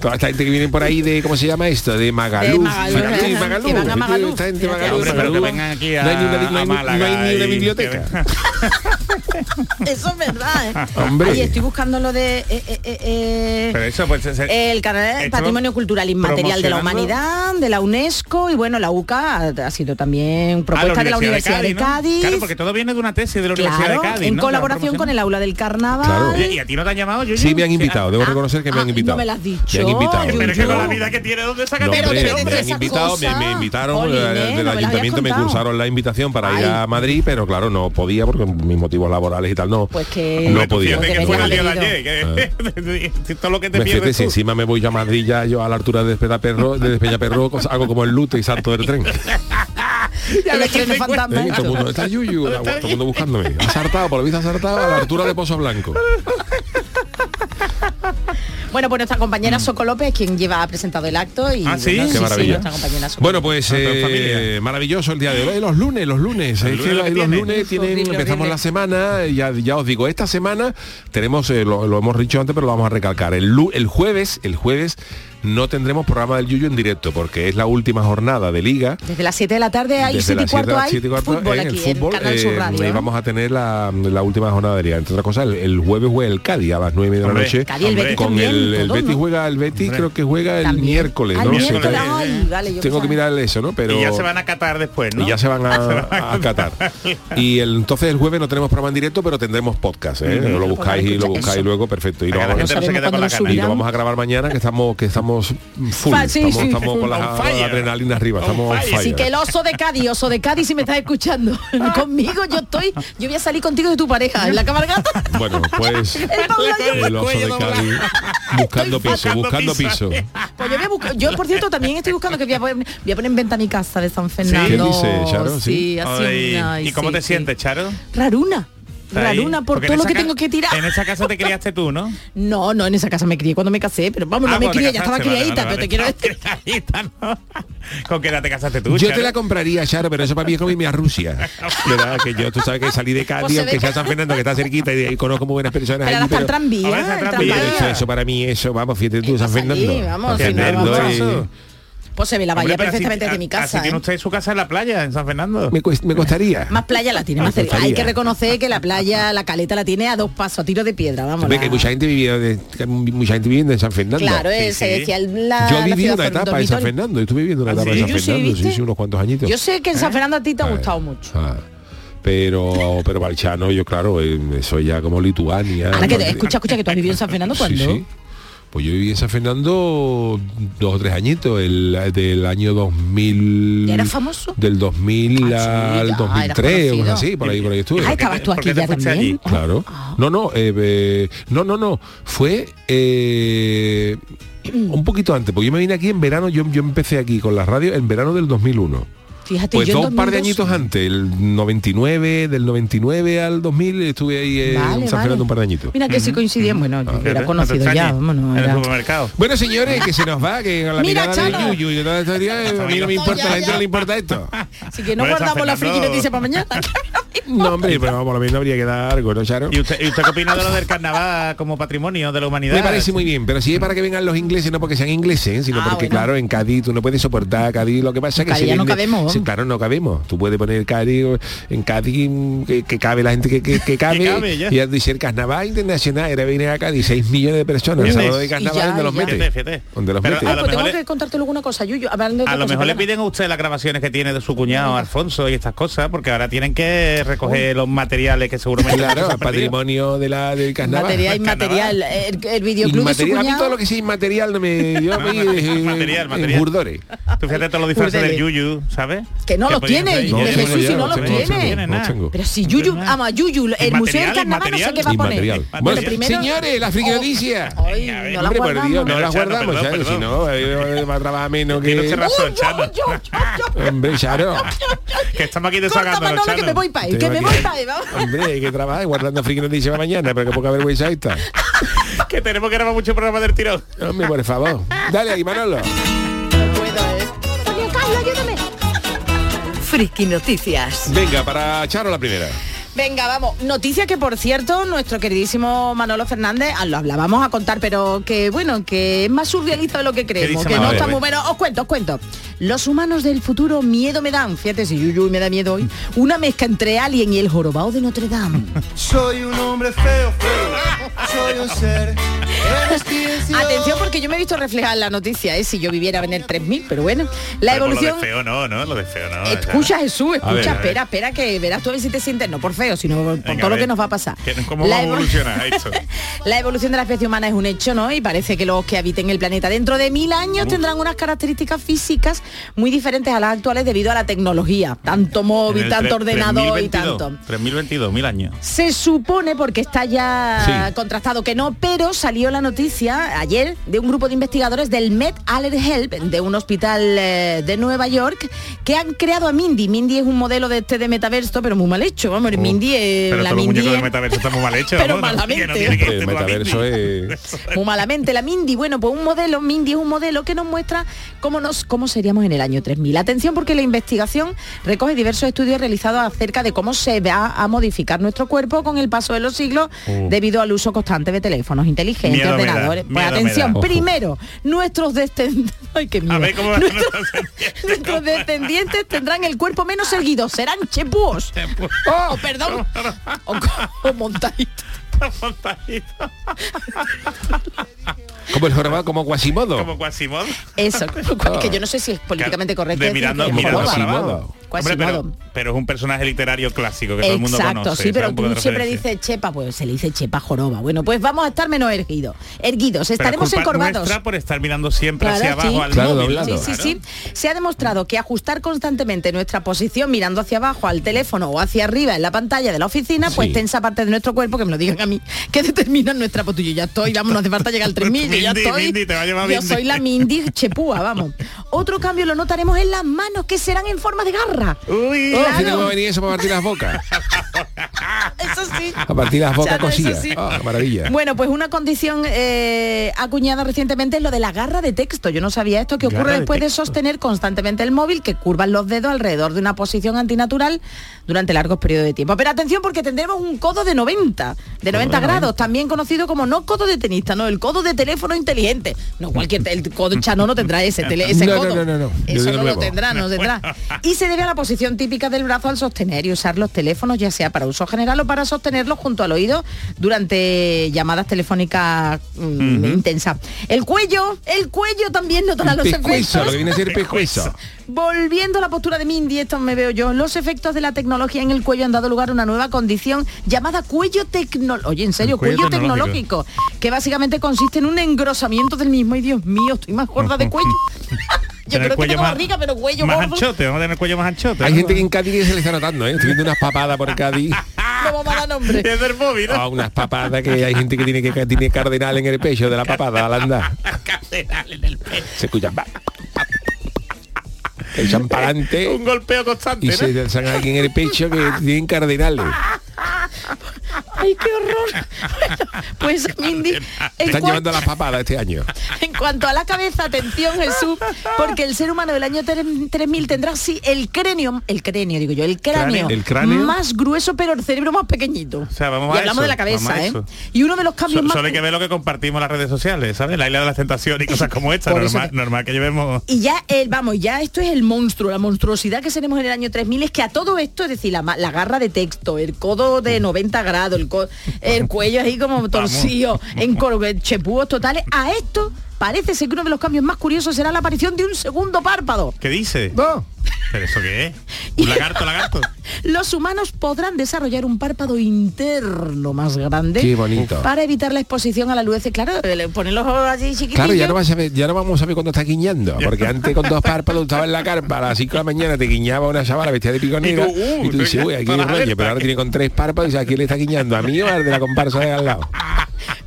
Speaker 14: Toda esta gente que viene por ahí de, ¿cómo se llama esto? De Magaluf.
Speaker 2: Eh,
Speaker 17: De Magaluf,
Speaker 14: Fíjate,
Speaker 17: ajá,
Speaker 14: Magaluf.
Speaker 17: que van a Magaluf.
Speaker 14: Esta gente de
Speaker 17: Fíjate,
Speaker 14: Magaluf,
Speaker 18: hombre, pero que
Speaker 14: Magaluf.
Speaker 18: vengan aquí a-
Speaker 14: No hay ni una, no hay-
Speaker 18: a
Speaker 14: no hay
Speaker 18: Málaga
Speaker 14: ni una
Speaker 18: y-
Speaker 14: biblioteca.
Speaker 17: Eso es verdad, ¿eh?
Speaker 14: Hombre.
Speaker 17: Ay, estoy buscando lo de... eh, eh, eh, eh,
Speaker 18: Ah, Pero eso, pues, se- se-
Speaker 17: el canal
Speaker 18: estamos
Speaker 17: Patrimonio Cultural Inmaterial de la
Speaker 18: promocionando-
Speaker 17: Humanidad, de la UNESCO y bueno, la UCA ha, ha sido también
Speaker 18: Ah,
Speaker 17: propuesta de la Universidad de
Speaker 18: ¿no?
Speaker 17: Cádiz.
Speaker 18: Claro, porque todo viene de una tesis de la Universidad
Speaker 17: Claro,
Speaker 18: de Cádiz.
Speaker 17: en
Speaker 18: ¿no?
Speaker 17: colaboración con el aula del carnaval.
Speaker 14: Claro.
Speaker 18: Oye, ¿Y a ti no te han llamado? Yuyu?
Speaker 14: Sí me han
Speaker 18: Que-
Speaker 14: invitado, debo reconocer que me
Speaker 17: ah,
Speaker 14: han invitado.
Speaker 17: no me lo has
Speaker 14: Me
Speaker 17: dicho,
Speaker 14: han invitado.
Speaker 17: Yuyu.
Speaker 18: Pero es que con la vida que tiene, ¿dónde saca
Speaker 14: No,
Speaker 18: tiempo?
Speaker 14: hombre,
Speaker 17: pero te
Speaker 14: me
Speaker 17: dice
Speaker 14: han
Speaker 17: esas
Speaker 14: invitado, me,
Speaker 17: cosas.
Speaker 14: me invitaron
Speaker 17: Jolín,
Speaker 14: eh,
Speaker 17: eh, no
Speaker 14: del
Speaker 17: me lo habías
Speaker 14: ayuntamiento, me
Speaker 17: contado.
Speaker 14: cursaron la invitación para ir
Speaker 17: Ay.
Speaker 14: a Madrid, pero claro, no podía porque mis motivos laborales y tal no, Eh,
Speaker 17: Pues que-
Speaker 14: no
Speaker 17: Hombre, tú
Speaker 14: podía.
Speaker 17: fíjate que
Speaker 18: Que fue el día de
Speaker 17: Deberías haber
Speaker 18: ayer. que- Todo lo que te
Speaker 14: Me fíjate,
Speaker 18: pierdes
Speaker 14: si
Speaker 18: tú.
Speaker 14: encima me voy a Madrid ya yo a la altura de Despeñaperro, de Despeñaperro, cosa- hago como el lute y salto del tren.
Speaker 17: El
Speaker 18: ves
Speaker 17: estreno
Speaker 18: que te
Speaker 17: fantasma.
Speaker 14: ¿Eh? Y todo el mundo, está Yuyu, la- todo el mundo buscándome. Asaltado, por lo visto asaltado a la altura de Pozo Blanco.
Speaker 17: Bueno, pues nuestra compañera Soco López, quien lleva ha presentado el acto y
Speaker 14: Mm. Ah, ¿sí?
Speaker 17: bueno,
Speaker 14: Qué maravilla.
Speaker 17: nuestra compañera Soco.
Speaker 14: Bueno, pues
Speaker 18: Ah, pero
Speaker 14: eh,
Speaker 18: familia.
Speaker 14: maravilloso el día de hoy. Los lunes, los lunes. es
Speaker 18: lunes
Speaker 14: que
Speaker 18: lo
Speaker 14: la-
Speaker 18: que
Speaker 14: los
Speaker 18: tiene.
Speaker 14: lunes tienen,
Speaker 18: Horrible,
Speaker 14: empezamos
Speaker 18: horrible.
Speaker 14: la semana, eh, ya, ya os digo, esta semana tenemos, eh, lo, lo hemos dicho antes, pero lo vamos a recalcar. El, lu- el jueves, el jueves no tendremos programa del Yuyu en directo, porque es la última jornada de liga.
Speaker 17: Desde las 7 de la tarde hay
Speaker 14: Desde
Speaker 17: 7 y
Speaker 14: las siete
Speaker 17: cuarto
Speaker 14: a las
Speaker 17: hay
Speaker 14: siete y cuarto,
Speaker 17: fútbol
Speaker 14: eh,
Speaker 17: aquí
Speaker 14: el fútbol,
Speaker 17: en Canal Sur
Speaker 14: eh,
Speaker 17: Radio.
Speaker 14: y
Speaker 17: ¿eh?
Speaker 14: vamos a tener la, la última jornada de liga. Entre otras cosas, el, el jueves juega el Cádiz a las 9 de la
Speaker 18: Hombre,
Speaker 14: noche.
Speaker 17: Cádiz, el Betis
Speaker 14: con
Speaker 17: también,
Speaker 14: el, el
Speaker 17: todo,
Speaker 14: Betis
Speaker 17: ¿no?
Speaker 14: juega el Betis, creo que juega el miércoles,
Speaker 17: Al
Speaker 14: no lo sé,
Speaker 17: miércoles,
Speaker 14: creo-
Speaker 17: ay, vale, yo
Speaker 14: tengo que
Speaker 17: pensaba.
Speaker 14: mirar eso, ¿no? Pero
Speaker 18: Y ya se van a catar después, ¿no?
Speaker 14: y ya se van a, a Qatar. Y el- entonces el jueves no tenemos programa en directo, pero tendremos podcast. ¿eh?
Speaker 18: Ujú.
Speaker 14: Lo buscáis y lo
Speaker 17: Escucha,
Speaker 14: buscáis
Speaker 17: eso.
Speaker 14: luego, perfecto. Y lo,
Speaker 18: Para que la
Speaker 14: vamos,
Speaker 18: gente no se
Speaker 17: sabemos
Speaker 18: quede con
Speaker 17: cuándo
Speaker 18: la
Speaker 17: lo
Speaker 18: gana.
Speaker 14: y lo vamos a grabar mañana, que estamos que estamos full.
Speaker 17: Fa- sí,
Speaker 14: estamos,
Speaker 17: sí,
Speaker 14: estamos
Speaker 17: full,
Speaker 14: con las
Speaker 18: on fire.
Speaker 14: adrenalinas arriba,
Speaker 18: On
Speaker 14: estamos on
Speaker 18: fire.
Speaker 14: fire.
Speaker 17: Así que el oso de Cádiz, oso de Cádiz, si me estás escuchando conmigo, yo estoy, yo voy a salir contigo de tu pareja en la cabalgata.
Speaker 14: Bueno, pues
Speaker 17: El Pablo Ayuso.
Speaker 14: el oso de Cádiz buscando piso, buscando piso.
Speaker 17: Pues yo, voy a buscar- yo, por cierto, también estoy buscando que voy a, poner, voy a poner en venta mi casa de San Fernando.
Speaker 14: ¿Qué dice, Charo?
Speaker 17: Sí,
Speaker 14: Sí.
Speaker 17: así
Speaker 18: Ay,
Speaker 17: una-
Speaker 18: ¿Y cómo
Speaker 17: sí,
Speaker 18: te
Speaker 17: sí.
Speaker 18: sientes, Charo?
Speaker 17: Raruna.
Speaker 18: ¿Está ahí?
Speaker 17: Raruna por
Speaker 18: Porque
Speaker 17: todo
Speaker 18: en
Speaker 17: lo
Speaker 18: esa
Speaker 17: que
Speaker 18: ca-
Speaker 17: tengo que tirar.
Speaker 18: En esa casa te criaste tú, ¿no?
Speaker 17: No, no, en esa casa me crié cuando me casé, pero vamos,
Speaker 18: Ah,
Speaker 17: no me
Speaker 18: bueno,
Speaker 17: crié,
Speaker 18: te
Speaker 17: ya estaba
Speaker 18: casaste, vale,
Speaker 17: criadita,
Speaker 18: vale,
Speaker 17: pero te quiero
Speaker 18: vale.
Speaker 17: decir.
Speaker 18: Criadita, ¿no? ¿Con qué edad te casaste tú?
Speaker 14: Yo
Speaker 18: Charo?
Speaker 14: te la compraría, Charo, pero eso para mí es como irme a Rusia. ¿Verdad? Que yo, tú sabes que salí de
Speaker 17: Pues
Speaker 14: Cádiz,
Speaker 17: se
Speaker 14: aunque
Speaker 17: ve
Speaker 14: sea
Speaker 17: que-
Speaker 14: San Fernando, que está cerquita y, y conozco muy buenas personas
Speaker 17: Pero
Speaker 14: allí,
Speaker 17: ahora está el tranvía,
Speaker 14: Ahora está
Speaker 17: el
Speaker 14: Eso,
Speaker 17: tranvía.
Speaker 14: eso para mí, eso, vamos, fíjate tú, San Fernando.
Speaker 17: allí, vamos,
Speaker 14: San
Speaker 17: si no,
Speaker 14: Fernando
Speaker 17: vamos.
Speaker 14: eh,
Speaker 17: Pues se ve la
Speaker 18: Hombre,
Speaker 17: bahía
Speaker 18: pero así-
Speaker 17: perfectamente de mi
Speaker 18: a-
Speaker 17: casa.
Speaker 18: Así tiene
Speaker 17: ¿eh?
Speaker 18: usted su casa en la playa, en San Fernando.
Speaker 14: me, cuest- me costaría.
Speaker 17: Más playa la tiene, más cerca. Hay que reconocer que la playa, la caleta la tiene a dos pasos, a tiro de piedra, vamos.
Speaker 14: Ve que
Speaker 17: la-
Speaker 14: hay mucha gente viviendo de, que hay mucha gente viviendo en San Fernando.
Speaker 17: Claro, eh, se decía el- la-
Speaker 14: Yo
Speaker 17: la
Speaker 14: viví
Speaker 17: ciudad
Speaker 14: una
Speaker 17: dormitorio.
Speaker 14: etapa en San Fernando, yo estuve viviendo una
Speaker 17: ¿Ah,
Speaker 14: etapa
Speaker 17: sí?
Speaker 14: en San
Speaker 17: Yo sí,
Speaker 14: Fernando, sí,
Speaker 17: ¿viste?
Speaker 14: sí, unos cuantos añitos.
Speaker 17: Yo sé que
Speaker 18: Ah,
Speaker 17: en
Speaker 14: ¿Eh?
Speaker 17: San Fernando a ti te ha gustado mucho.
Speaker 14: Ah, pero pero Balchano, yo claro, eh, soy ya como Lituania.
Speaker 17: Ahora que
Speaker 14: Bal-
Speaker 17: escucha, escucha que tú has vivido en San Fernando
Speaker 14: Sí,
Speaker 17: cuando.
Speaker 14: sí. Pues yo viví en San Fernando dos o tres añitos, el, del año 2000...
Speaker 17: ¿Ya eras famoso?
Speaker 14: Del 2000
Speaker 17: Ah, sí,
Speaker 14: al
Speaker 17: ya,
Speaker 14: 2003 o
Speaker 17: eras
Speaker 14: cosas
Speaker 17: conocido.
Speaker 14: así, por ahí, por ahí estuve.
Speaker 17: Ah, estabas tú ¿Por qué aquí te ya fuiste también? Ah. allí?
Speaker 14: Claro. No, no, eh, eh, no, no, no. Fue eh, un poquito antes, porque yo me vine aquí en verano, yo, yo empecé aquí con la radio en verano del 2001.
Speaker 17: Fíjate,
Speaker 14: Pues
Speaker 17: yo en
Speaker 14: dos par de
Speaker 17: 2002
Speaker 14: añitos antes, el 99, del 99 al 2000, estuve ahí eh,
Speaker 17: Vale,
Speaker 14: en San
Speaker 17: vale.
Speaker 14: Fernando un par de añitos. Ah,
Speaker 17: Mira que si coincidían, bueno, yo hubiera
Speaker 14: ¿verdad?
Speaker 17: conocido
Speaker 14: Hace
Speaker 17: ya,
Speaker 14: años.
Speaker 17: vámonos.
Speaker 14: En el
Speaker 17: ya.
Speaker 18: supermercado.
Speaker 14: Bueno, señores, que se nos va, que con la
Speaker 17: Mira,
Speaker 14: mirada
Speaker 17: Chano.
Speaker 14: de Yuyu y toda esta historia, eh, a mí no me importa, a la gente no le importa esto.
Speaker 17: Así que no
Speaker 14: Bueno, San
Speaker 17: guardamos
Speaker 14: Fernando-
Speaker 17: la friki noticia para mañana.
Speaker 14: No, hombre, pero por lo menos habría que dar algo, ¿no, Charo?
Speaker 18: ¿Y usted, y usted qué opina de lo del carnaval como patrimonio de la humanidad?
Speaker 14: Me parece muy bien, pero si es para que vengan los ingleses, no porque sean ingleses, sino
Speaker 18: Ah,
Speaker 14: porque,
Speaker 18: bueno.
Speaker 14: claro, en Cádiz tú no puedes soportar Cádiz, lo que pasa es que...
Speaker 18: Cádiz ya no
Speaker 14: viene-
Speaker 18: cabemos.
Speaker 14: sí, claro, no cabemos. Tú puedes poner Cádiz en Cádiz mm, que, que cabe la gente que, que- que cabe.
Speaker 18: cabe, ya.
Speaker 14: y al decir Carnaval Internacional, era venir a Cádiz 6 millones de personas, el
Speaker 18: Millones.
Speaker 14: sábado de Carnaval,
Speaker 18: Y ya,
Speaker 14: ¿dónde los
Speaker 18: y ya. Fíjate,
Speaker 14: mete?
Speaker 18: fíjate.
Speaker 14: ¿Dónde los
Speaker 18: Pero
Speaker 14: mete?
Speaker 18: a lo
Speaker 17: Pues tengo
Speaker 18: mejor-
Speaker 17: que contarte alguna cosa, Yuyu. Hablando de
Speaker 18: A
Speaker 17: otra
Speaker 18: lo
Speaker 17: cosa,
Speaker 18: mejor le
Speaker 17: perdona.
Speaker 18: piden a usted las grabaciones que tiene de su cuñado Alfonso y estas cosas, porque ahora tienen que recoger los materiales que seguramente...
Speaker 14: Claro, el patrimonio de la, del carnaval.
Speaker 17: Material, inmaterial. El, el videoclub de su
Speaker 14: Inmaterial, a mí
Speaker 17: cuñado.
Speaker 14: todo lo que sea inmaterial no me... Yo me material,
Speaker 18: material.
Speaker 14: Burdores.
Speaker 18: Tú fíjate todos los disfraces
Speaker 17: Burdele.
Speaker 18: del Yuyu, ¿sabes?
Speaker 17: Que no los
Speaker 18: podían
Speaker 17: tiene,
Speaker 18: hacer-
Speaker 17: no, Jesús,
Speaker 14: tengo yo,
Speaker 17: si no
Speaker 14: no
Speaker 17: los
Speaker 14: tengo, no
Speaker 17: tiene.
Speaker 14: tengo, no tengo.
Speaker 17: Pero si Yuyu, ama Yuyu, el
Speaker 14: Inmaterial,
Speaker 17: Museo del Carnaval no sé qué va a poner.
Speaker 14: inmaterial.
Speaker 17: Pero
Speaker 14: Bueno,
Speaker 17: primero-
Speaker 14: señores, la friki
Speaker 17: Oh,
Speaker 14: noticia.
Speaker 17: ay, no la
Speaker 14: Hombre, por Dios,
Speaker 17: guardamos.
Speaker 14: no la
Speaker 18: Chano,
Speaker 14: guardamos,
Speaker 18: perdón,
Speaker 14: Charo, si
Speaker 18: perdón.
Speaker 14: no, eh, va a trabajar menos que...
Speaker 18: Tienes razón, Chano.
Speaker 14: Hombre, Charo.
Speaker 18: Que estamos aquí
Speaker 17: Corta
Speaker 18: desahogando,
Speaker 17: Manolo oh, que me voy para ahí, que me voy para ahí, vamos.
Speaker 14: Hombre, hay que trabajar guardando friki noticia para mañana, pero que poca vergüenza esta.
Speaker 18: que tenemos que grabar mucho programa del tirón.
Speaker 14: Hombre, por favor. Dale ahí, Manolo.
Speaker 17: Oye, Carlos, ayúdame.
Speaker 8: Friki Noticias.
Speaker 14: Venga, para Charo la primera.
Speaker 17: Venga, vamos. Noticia que, por cierto, nuestro queridísimo Manolo Fernández, ah, lo hablábamos a contar, pero que, bueno, que es más surrealista de lo que creemos,
Speaker 8: dice
Speaker 17: que no
Speaker 8: Manolo?
Speaker 17: está
Speaker 8: A ver,
Speaker 17: muy bueno. Os cuento, os cuento. Los humanos del futuro miedo me dan, fíjate si Yuyu me da miedo hoy, una mezcla entre Alien y el jorobado de Notre Dame.
Speaker 16: Soy un hombre feo, feo. Soy un ser.
Speaker 17: Atención porque yo me he visto reflejada en la noticia, ¿eh? si yo viviera en el 3000, pero bueno, la
Speaker 18: Pero por
Speaker 17: evolución...
Speaker 18: Lo de feo no, no, lo de feo no.
Speaker 17: Escucha Jesús, escucha,
Speaker 18: A ver, a ver.
Speaker 17: espera, espera que verás tú a ver si te sientes, no por feo, sino por, por
Speaker 18: Venga,
Speaker 17: todo
Speaker 18: a
Speaker 17: lo
Speaker 18: ver.
Speaker 17: que nos va a pasar.
Speaker 18: Que- ¿Cómo va
Speaker 17: La
Speaker 18: a
Speaker 17: evo-
Speaker 18: evolucionar esto?
Speaker 17: La evolución de la especie humana es un hecho, ¿no? Y parece que los que habiten el planeta dentro de mil años
Speaker 18: Uf.
Speaker 17: tendrán unas características físicas muy diferentes a las actuales debido a la tecnología, tanto móvil, tanto ordenador y tanto.
Speaker 18: 3022, mil años.
Speaker 17: Se supone, porque está ya
Speaker 18: Sí.
Speaker 17: contrastado que no, pero salió la noticia ayer de un grupo de investigadores del Med Alert Help, de un hospital eh, de Nueva York, que han creado a Mindy. Mindy es un modelo de este de metaverso, pero muy mal hecho. Vamos, Mindy
Speaker 18: Oh,
Speaker 17: es
Speaker 18: Pero
Speaker 17: Eh, la
Speaker 18: todos los muñecos
Speaker 17: Mindy.
Speaker 18: del metaverso están muy mal hechos.
Speaker 17: Pero
Speaker 18: vamos, no, que no
Speaker 17: malamente.
Speaker 18: tiene que ¿eh?
Speaker 17: Hombre,
Speaker 18: irte tú a
Speaker 14: metaverso
Speaker 18: Disney.
Speaker 17: Muy malamente, la Mindy. Bueno, pues un modelo, Mindy es un modelo que nos muestra cómo, nos, cómo seríamos en el año 3000. Atención porque la investigación recoge diversos estudios realizados acerca de cómo se va a modificar nuestro cuerpo con el paso de los siglos
Speaker 18: Uh.
Speaker 17: debido al uso constante de teléfonos inteligentes,
Speaker 18: Miedo me da,
Speaker 17: ordenadores. Pues
Speaker 18: miedo me
Speaker 17: atención,
Speaker 18: da.
Speaker 17: primero, nuestros descendientes... Ay, qué miedo. Nuestros- nuestros descendientes tendrán el cuerpo menos erguido, serán chepúos. Oh, perdón. O, o montaditos.
Speaker 14: Como el jorobado, como Quasimodo.
Speaker 18: Como Quasimodo.
Speaker 17: Eso, que yo no sé si es políticamente correcto.
Speaker 18: De
Speaker 17: decir
Speaker 18: mirando,
Speaker 17: que
Speaker 18: mirando
Speaker 17: joroba.
Speaker 18: para abajo. Hombre,
Speaker 17: Quasimodo.
Speaker 18: pero, pero es un personaje literario clásico que todo el mundo conoce.
Speaker 17: Exacto, sí,
Speaker 18: ¿sabes?
Speaker 17: pero
Speaker 18: Un poco de
Speaker 17: tú siempre
Speaker 18: referencia.
Speaker 17: dices chepa, pues se le dice chepa joroba. Bueno, pues vamos a estar menos erguidos. Erguidos,
Speaker 18: Pero
Speaker 17: estaremos
Speaker 18: culpa
Speaker 17: encorvados.
Speaker 18: nuestra por estar mirando siempre hacia
Speaker 17: sí.
Speaker 18: abajo al móvil.
Speaker 17: Sí, sí, sí. Se ha demostrado que ajustar constantemente nuestra posición mirando hacia abajo al teléfono o hacia arriba en la pantalla de la oficina, pues
Speaker 18: Sí.
Speaker 17: tensa parte de nuestro cuerpo, que me lo digan a mí, que determina nuestra postura. Yo ya estoy, vamos, no hace falta llegar al 3000, yo ya
Speaker 18: Mindy,
Speaker 17: estoy.
Speaker 18: Mindy, te va a llamar
Speaker 17: yo
Speaker 18: Mindy.
Speaker 17: soy la Mindy Chepúa, vamos. Otro cambio lo notaremos en las manos, que serán en forma de garra.
Speaker 14: Oh,
Speaker 17: Claro.
Speaker 14: fíjate cómo venía eso para partir las bocas.
Speaker 17: Eso sí. sí.
Speaker 14: A partir de las bocas
Speaker 17: Chano, eso
Speaker 14: cosillas.
Speaker 17: sí.
Speaker 14: Ah, maravilla.
Speaker 17: Bueno, pues una condición eh, acuñada recientemente es lo de la garra de texto. Yo no sabía esto que ocurre
Speaker 19: Garra de
Speaker 17: después de,
Speaker 19: texto.
Speaker 17: sostener constantemente el móvil que curvan los dedos alrededor de una posición antinatural durante largos periodos de tiempo. Pero atención porque tendremos un codo de 90, de 90 grados, también conocido como no codo de tenista, no, el codo de teléfono inteligente. No, cualquier el codo chano no tendrá ese, tele- ese
Speaker 14: No, no,
Speaker 17: codo.
Speaker 14: no, no, no. Yo
Speaker 17: Eso
Speaker 14: digo
Speaker 17: no lo
Speaker 14: nuevo.
Speaker 17: tendrá, no lo tendrá. Y se debe a la posición típica del brazo al sostener y usar los teléfonos, ya sea para uso general o para sostenerlos junto al oído durante llamadas telefónicas mm,
Speaker 14: Ujú.
Speaker 17: intensas. El cuello, el cuello también notará los
Speaker 14: Pescuezo,
Speaker 17: efectos.
Speaker 14: lo que viene a ser pescuezo.
Speaker 17: Volviendo a la postura de Mindy, esto me veo yo, los efectos de la tecnología en el cuello han dado lugar a una nueva condición llamada cuello tecnológico. Oye, en serio,
Speaker 19: El cuello
Speaker 17: cuello, tecnológico, que básicamente consiste en un engrosamiento del mismo. Y Dios mío, estoy más gorda de cuello. yo
Speaker 18: Tener
Speaker 17: creo que
Speaker 18: cuello
Speaker 17: tengo
Speaker 18: más-
Speaker 17: barriga, pero cuello
Speaker 18: Más
Speaker 17: gordo.
Speaker 18: anchote, vamos a tener el cuello más anchote.
Speaker 14: Hay gente que en Cádiz se le está notando, ¿eh? Estoy viendo unas papadas por Cádiz.
Speaker 17: No vamos a dar nombre.
Speaker 18: Es del móvil, ¿no?
Speaker 14: Ah, unas papadas que hay gente que tiene que tiene cardenal en el pecho de la papada al andar. Se escuchan pa, pa, pa. echan para adelante
Speaker 18: Eh, Un golpeo constante,
Speaker 14: y
Speaker 18: ¿no?
Speaker 14: se dan aquí en el pecho que tienen cardenales.
Speaker 17: ¡Ay, qué horror! Bueno, pues Mindy, en,
Speaker 14: Están
Speaker 17: cuan-
Speaker 14: llevando las papadas este año.
Speaker 17: en cuanto a la cabeza, atención Jesús, porque el ser humano del año tres- 3000 tendrá sí el cráneo, el cráneo digo yo, el cráneo,
Speaker 18: Cráneo. El cráneo.
Speaker 17: más grueso pero el cerebro más pequeñito.
Speaker 18: O sea, vamos
Speaker 17: y
Speaker 18: a eso,
Speaker 17: hablamos de la
Speaker 18: vamos
Speaker 17: cabeza,
Speaker 18: a
Speaker 17: ¿eh?
Speaker 18: eso.
Speaker 17: Y uno de los cambios
Speaker 18: So-
Speaker 17: más
Speaker 18: solo hay que ver lo que compartimos en las redes sociales, ¿sabes? La isla de las tentaciones y cosas como esta.
Speaker 17: Por eso
Speaker 18: normal, normal que llevemos...
Speaker 17: Y ya, el, vamos, ya esto es el monstruo, la monstruosidad que tenemos en el año 3000 es que a todo esto, es decir, la, ma- la garra de texto, el codo
Speaker 18: Mm.
Speaker 17: de 90 grados, el, co- el cuello ahí como torcido, en cor- chepúos totales, a esto parece ser que uno de los cambios más curiosos será la aparición de un segundo párpado.
Speaker 18: ¿Qué dice? ¿Pero eso qué es?
Speaker 17: Y-
Speaker 18: ¿Un lagarto, lagarto?
Speaker 17: Los humanos podrán desarrollar un párpado interno más grande
Speaker 14: Qué bonito.
Speaker 17: para evitar la exposición a la luz. Claro, le ponen los ojos así chiquitillos.
Speaker 14: Claro, ya no, vas a ver- ya no vamos a ver cuando está guiñando, porque antes con dos párpados estaba en la carpa, a las 5 de la mañana te guiñaba una chavala vestida de piconera
Speaker 18: Y
Speaker 14: y,
Speaker 18: tú, uh,
Speaker 14: tú
Speaker 18: venga,
Speaker 14: dices, uy,
Speaker 18: para
Speaker 14: aquí hay un
Speaker 18: la
Speaker 14: rollo,
Speaker 18: alerta,
Speaker 14: pero ahora tiene con tres párpados y dices, ¿a quién le está guiñando? ¿A mí o al de la comparsa de al lado?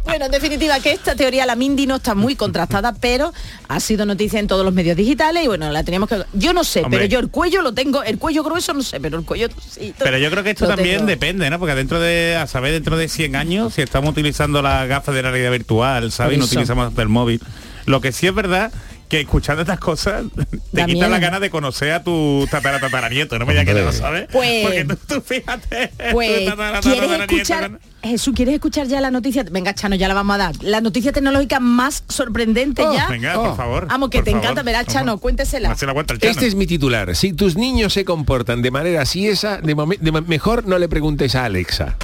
Speaker 17: Bueno, en definitiva que esta teoría, la Mindy, no está muy contrastada, pero ha sido noticia en todos los medios digitales y bueno, la teníamos que... Yo no sé,
Speaker 18: Hombre.
Speaker 17: pero yo el cuello lo tengo, el cuello grueso no sé, pero el cuello... sí, to-
Speaker 18: Pero yo creo que esto
Speaker 17: lo
Speaker 18: también
Speaker 17: tengo.
Speaker 18: depende, ¿no? Porque dentro de, a saber, dentro de 100 años, si estamos utilizando las gafas de la realidad virtual, ¿sabes? Y no
Speaker 17: Eso.
Speaker 18: utilizamos hasta el móvil. Lo que sí es verdad que escuchando estas cosas te quita
Speaker 17: Da miedo.
Speaker 18: la gana de conocer a tu tatara tataranieto, no me digas que no lo
Speaker 14: Hombre.
Speaker 18: sabes.
Speaker 17: Pues-
Speaker 18: Porque tú, tú fíjate,
Speaker 17: Pues,
Speaker 18: tu tatara
Speaker 17: ¿quieres
Speaker 18: tataranieto,
Speaker 17: escuchar... Jesús, ¿quieres escuchar ya la noticia? Venga, Chano, ya la vamos a dar. La noticia tecnológica más sorprendente
Speaker 14: Oh,
Speaker 17: ya.
Speaker 18: venga, por favor,
Speaker 17: Vamos, que
Speaker 18: por
Speaker 17: te
Speaker 18: favor.
Speaker 17: encanta, verás, Chano, cuéntesela.
Speaker 18: Se la aguanta el chano.
Speaker 14: Este es mi titular. Si tus niños se comportan de manera así esa, de momen- de mo- mejor no le preguntes a Alexa.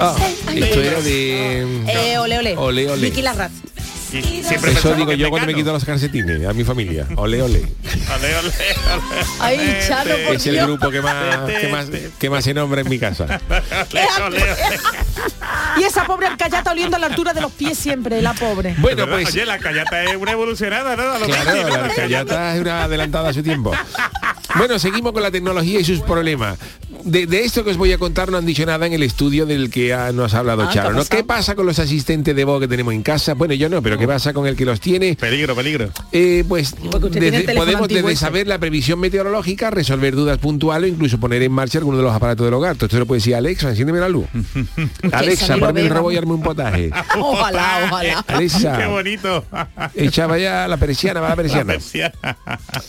Speaker 14: Ah, esto era de...
Speaker 17: Eh, ole, ole.
Speaker 14: Ole, ole.
Speaker 17: Vicky Larraz.
Speaker 18: Y siempre
Speaker 14: Eso
Speaker 18: pensamos
Speaker 14: digo
Speaker 18: que
Speaker 14: yo
Speaker 18: es
Speaker 14: cuando me
Speaker 18: mecano.
Speaker 14: quito los calcetines a mi familia. Ole, ole.
Speaker 18: Ole, ole, ole.
Speaker 17: Ay,
Speaker 18: Eh,
Speaker 17: Chano, por
Speaker 14: Es el
Speaker 17: Dios.
Speaker 14: grupo que más, que más, que más se nombra en mi casa.
Speaker 18: Ole, ole, ole.
Speaker 17: Y esa pobre alcayata oliendo a la altura de los pies siempre, la pobre.
Speaker 14: Bueno,
Speaker 18: ¿Verdad?
Speaker 14: pues...
Speaker 18: Oye, la callata es una evolucionada, ¿no? A lo que sí,
Speaker 14: Claro,
Speaker 18: ¿no?
Speaker 14: la Arcayata es una adelantada a su tiempo. Bueno, seguimos con la tecnología y sus problemas. De, de esto que os voy a contar no han dicho nada en el estudio del que ha- nos ha hablado
Speaker 17: Ah, ¿qué
Speaker 14: Charo.
Speaker 17: ha
Speaker 14: ¿no?
Speaker 17: pasado?
Speaker 14: ¿Qué pasa con los asistentes de voz que tenemos en casa? Bueno, yo no, pero ¿qué pasa con el que los tiene?
Speaker 18: Oh. Peligro, peligro.
Speaker 14: Eh, pues
Speaker 17: Porque usted tiene el
Speaker 14: desde-
Speaker 17: teléfono
Speaker 14: podemos
Speaker 17: antiguo
Speaker 14: desde
Speaker 17: ese.
Speaker 14: saber la previsión meteorológica, resolver dudas puntuales o incluso poner en marcha alguno de los aparatos del hogar. Todo esto lo puede decir Alexa, enciéndeme la luz.
Speaker 17: esa
Speaker 14: Alexa,
Speaker 17: ni lo
Speaker 14: ponme el
Speaker 17: veo,
Speaker 14: rabo y
Speaker 17: vamos.
Speaker 14: arme un potaje.
Speaker 17: Ojalá, ojalá.
Speaker 14: Alexa.
Speaker 18: Qué bonito.
Speaker 14: Echaba Eh, ya la persiana, va la
Speaker 18: La
Speaker 14: persiana.
Speaker 18: persiana.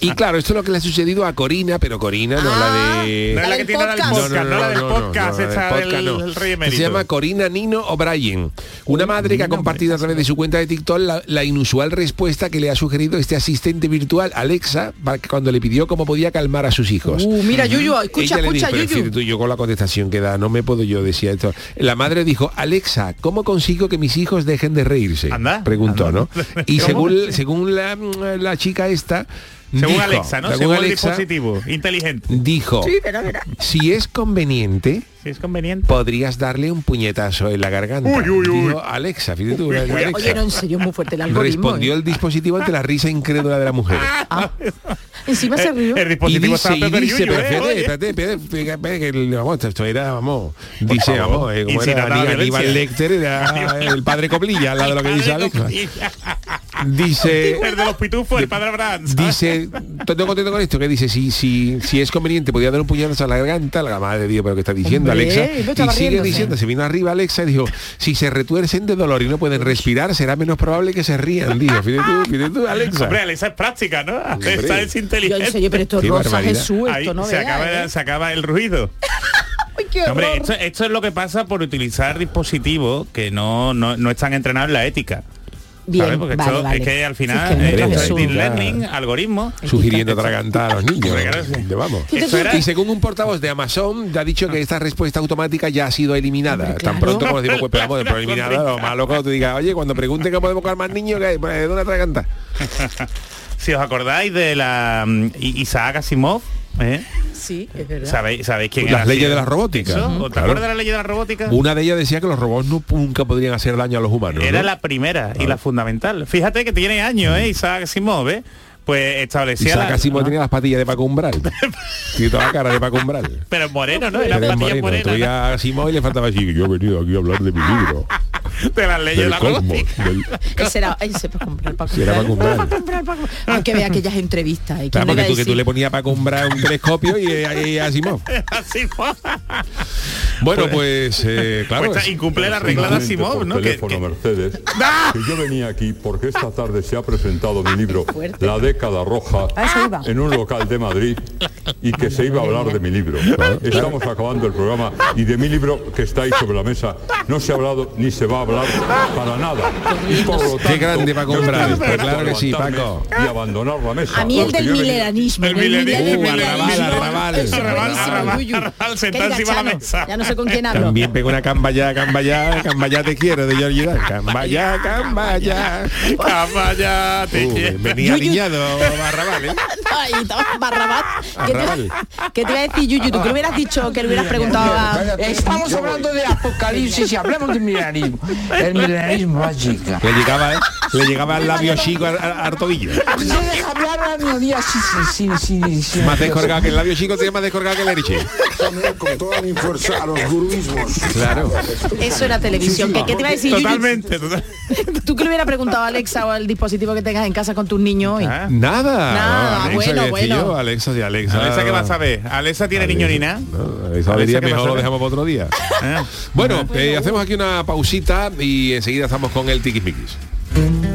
Speaker 14: Y claro, esto es lo que le ha sucedido a Corina, pero Corina no la de...
Speaker 18: No es la que tiene ahora el
Speaker 17: podcast.
Speaker 18: podcast, no, la del
Speaker 14: no, no,
Speaker 18: podcast,
Speaker 14: no, la del
Speaker 18: esa
Speaker 14: podcast
Speaker 18: del
Speaker 14: no.
Speaker 18: el rey
Speaker 14: Que
Speaker 18: emérito.
Speaker 14: Se llama Corina Nino O'Brien, una madre que ha compartido a través de su cuenta de TikTok la, la inusual respuesta que le ha sugerido este asistente virtual Alexa para que cuando le pidió cómo podía calmar a sus hijos.
Speaker 17: Uh, mira, Yuyu, escucha,
Speaker 14: Ella le dijo,
Speaker 17: escucha,
Speaker 14: pero
Speaker 17: Yuyu.
Speaker 14: fíjate tú, yo con la contestación que da, no me puedo yo decir esto. La madre dijo, Alexa, ¿cómo consigo que mis hijos dejen de reírse?
Speaker 18: Anda,
Speaker 14: Preguntó,
Speaker 18: anda.
Speaker 14: ¿no? Y
Speaker 18: ¿Cómo?
Speaker 14: según, según la, la chica esta...
Speaker 18: Según
Speaker 14: dijo,
Speaker 18: Alexa, ¿no?
Speaker 14: según
Speaker 18: Según, el
Speaker 14: Alexa,
Speaker 18: dispositivo. Inteligente.
Speaker 14: dijo,
Speaker 17: pero mira.
Speaker 14: si es conveniente,
Speaker 18: Si es conveniente.
Speaker 14: podrías darle un puñetazo en la garganta.
Speaker 18: Uy, uy, uy.
Speaker 14: Dijo Alexa, fíjate tú, una- Alexa.
Speaker 17: Oye, no, en serio, es muy fuerte el algoritmo.
Speaker 14: Respondió
Speaker 17: ¿eh?
Speaker 14: el dispositivo ante la risa incrédula de la mujer.
Speaker 17: Encima Ah,
Speaker 14: Eh.
Speaker 17: se rió.
Speaker 18: Ah, eh, El
Speaker 14: Y
Speaker 18: dispositivo
Speaker 14: dice, y
Speaker 18: está peor que
Speaker 14: dice,
Speaker 18: Yuyu,
Speaker 14: pero
Speaker 18: ¿eh?
Speaker 14: espérate,
Speaker 18: Oye.
Speaker 14: espérate, espérate, espérate, espérate, que el- vamos, esto era, vamos, dice,
Speaker 18: favor.
Speaker 14: vamos, eh, como
Speaker 18: Incitar
Speaker 14: era
Speaker 18: a la
Speaker 14: Aní- Aníbal
Speaker 18: violencia.
Speaker 14: Lecter, era el padre Coplilla, al lado de lo que dice Alexa. Dice...
Speaker 18: El de los pitufos, el padre Abraham.
Speaker 14: Dice, estoy contento con esto, que dice, si, si, si es conveniente, podía dar un puñetazo a la garganta, la madre de Dios, pero que está diciendo
Speaker 17: Hombre,
Speaker 14: Alexa.
Speaker 17: no estaba
Speaker 14: Y sigue
Speaker 17: riéndose.
Speaker 14: diciendo, se vino arriba Alexa y dijo, si se retuercen de dolor y no pueden respirar, será menos probable que se rían, dijo. Fíjate tú, fíjate tú, Alexa.
Speaker 18: Hombre, Alexa es práctica, ¿no? Alexa es inteligente.
Speaker 17: Yo, en serio, pero esto es
Speaker 14: Qué
Speaker 17: Rosa
Speaker 14: barbaridad.
Speaker 17: Jesús, esto
Speaker 18: Ahí
Speaker 17: no
Speaker 18: se,
Speaker 17: veas,
Speaker 18: acaba,
Speaker 17: ¿eh?
Speaker 18: se acaba el ruido.
Speaker 17: Ay, qué horror.
Speaker 18: Hombre, esto, esto es lo que pasa por utilizar dispositivos que no, no, no están entrenados en la ética.
Speaker 17: Bien,
Speaker 18: ¿Sabes? Porque
Speaker 17: vale,
Speaker 18: esto
Speaker 17: vale.
Speaker 18: es que al final
Speaker 14: Sí, es que
Speaker 18: eh,
Speaker 14: no
Speaker 18: esto es
Speaker 14: es
Speaker 18: deep
Speaker 14: un-
Speaker 18: learning, algoritmo.
Speaker 14: Sugiriendo atragantar a los niños. Hombre, Vamos.
Speaker 18: Fíjate Eso tú era- que-
Speaker 14: Y según un portavoz de Amazon, ha dicho que esta respuesta automática ya ha sido eliminada. Tan pronto como decimos, pues, pero vamos, pero eliminada, lo malo cuando te diga, oye, cuando pregunte que podemos buscar más niños, que hay, pues, ¿dónde atraganta?
Speaker 18: Si os acordáis de la mm, I- Isaac Asimov, ¿eh?
Speaker 17: Sí, es verdad.
Speaker 18: ¿Sabéis, ¿sabéis quién
Speaker 14: Las
Speaker 18: era
Speaker 14: leyes
Speaker 18: así?
Speaker 14: de la robótica.
Speaker 18: Eso,
Speaker 14: Ujú,
Speaker 18: ¿Te
Speaker 14: claro.
Speaker 18: acuerdas de la ley de la robótica?
Speaker 20: Uh,
Speaker 14: Una de ellas decía que los robots nu- nunca podrían hacer daño a los humanos.
Speaker 18: Era
Speaker 14: ¿no?
Speaker 18: la primera y la fundamental. Fíjate que tiene años, ¿eh? Isaac Asimov, ¿eh? Pues establecía
Speaker 14: Isaac
Speaker 18: la-
Speaker 14: Asimov tenía las patillas de Paco Umbral. Tiene toda la cara de Paco Umbral.
Speaker 18: Pero es moreno, ¿no? Era
Speaker 14: Era
Speaker 18: patilla
Speaker 14: moreno.
Speaker 18: morena.
Speaker 14: Tú veías a Asimov y le faltaba así, yo he venido aquí a hablar de mi libro.
Speaker 18: ¿no? De las leyes de
Speaker 14: del
Speaker 18: la
Speaker 14: cosmos.
Speaker 18: robótica.
Speaker 14: del-
Speaker 17: Ese era, ese para comprar, para
Speaker 14: Sí, era para comprar.
Speaker 17: comprar. Para comprar, para comprar. Hay que ver aquellas entrevistas. ¿eh? ¿Quién
Speaker 14: Claro,
Speaker 17: le
Speaker 14: porque
Speaker 17: va a
Speaker 14: tú, que tú
Speaker 17: decir?
Speaker 14: le ponías para comprar un telescopio y, eh, y- y Asimov.
Speaker 18: Asimov.
Speaker 14: Bueno, pues, eh, claro.
Speaker 18: Pues,
Speaker 14: es-
Speaker 18: y cumple la regla de Asimov,
Speaker 19: por
Speaker 18: ¿no? Que-
Speaker 19: teléfono, Mercedes,
Speaker 14: ¡Ah!
Speaker 19: que yo venía aquí porque esta tarde se ha presentado mi libro
Speaker 18: fuerte.
Speaker 19: La década roja
Speaker 18: A eso iba.
Speaker 19: en un local de Madrid y que se iba a hablar de mi libro.
Speaker 14: Ah,
Speaker 19: Estamos acabando el programa y de mi libro que está ahí sobre la mesa no se ha hablado ni se va a hablar para nada. Y por lo
Speaker 14: pues, Qué
Speaker 19: tanto,
Speaker 14: grande, Paco
Speaker 19: yo
Speaker 14: Umbral,
Speaker 19: estoy
Speaker 14: pues claro
Speaker 19: dispuesto a
Speaker 14: que sí,
Speaker 19: levantarme
Speaker 14: Paco.
Speaker 19: Y abandonar la mesa.
Speaker 17: A mí el
Speaker 19: porque
Speaker 17: del
Speaker 19: yo he venido-
Speaker 17: milenarismo.
Speaker 19: El
Speaker 17: ¿no? El
Speaker 19: milenarismo.
Speaker 17: milenarismo,
Speaker 19: Uh, arrabal,
Speaker 17: milenarismo,
Speaker 19: arrabal,
Speaker 17: eso es
Speaker 19: arrabal,
Speaker 17: buenísimo,
Speaker 19: arrabal,
Speaker 17: Yuyu.
Speaker 18: arrabal,
Speaker 17: Venga,
Speaker 18: sentado encima de la
Speaker 17: Chano,
Speaker 18: mesa.
Speaker 17: Ya no sé con quién hablo.
Speaker 14: También pegó una camba ya, camba ya, camba ya te quiero de Georgie Dan. Camba ya, camba ya.
Speaker 18: Camba ya te
Speaker 14: Ah, Uh,
Speaker 18: quiero.
Speaker 14: Venía
Speaker 18: Yuyu.
Speaker 14: niñado, Barrabal, ¿eh?
Speaker 17: Ahí está, Barrabás.
Speaker 14: Ah,
Speaker 17: ¿Qué
Speaker 14: Arrabal.
Speaker 17: te, qué te iba a decir, Yuyu? ¿Tú qué le hubieras dicho que le hubieras preguntado a...
Speaker 21: Estamos hablando de apocalipsis y hablamos de milenarismo. El milenarismo va chica.
Speaker 14: Le llegaba, ¿eh? le llegaba al labio chico al, al- al tobillo.
Speaker 21: No deja hablar a mi día sin, sin, sin, sin-
Speaker 14: Más descolgado que el labio chico tiene más descolgado que el eriche.
Speaker 22: Con toda mi fuerza a los guruismos.
Speaker 14: Claro.
Speaker 17: Eso era televisión. ¿Qué, qué te iba a decir,
Speaker 18: Totalmente, total-
Speaker 17: Yuyu? ¿Tú qué le hubieras preguntado a Alexa o al dispositivo que tengas en casa con tus niños hoy?
Speaker 18: Ah,
Speaker 14: Nada. Nada,
Speaker 17: Nada, bueno,
Speaker 14: ¿qué decía
Speaker 17: bueno.
Speaker 14: yo? Alexa, sí, Alexa.
Speaker 18: Alexa, ¿qué vas a ver? ¿Alexa tiene niño ni nada?
Speaker 14: No, Alexa,
Speaker 18: Alexa,
Speaker 14: diría,
Speaker 18: ¿qué
Speaker 14: mejor
Speaker 18: pasa?
Speaker 14: lo dejamos para otro día.
Speaker 18: Ah.
Speaker 14: Bueno, eh, hacemos aquí una pausita y enseguida estamos con el tiquismiquis.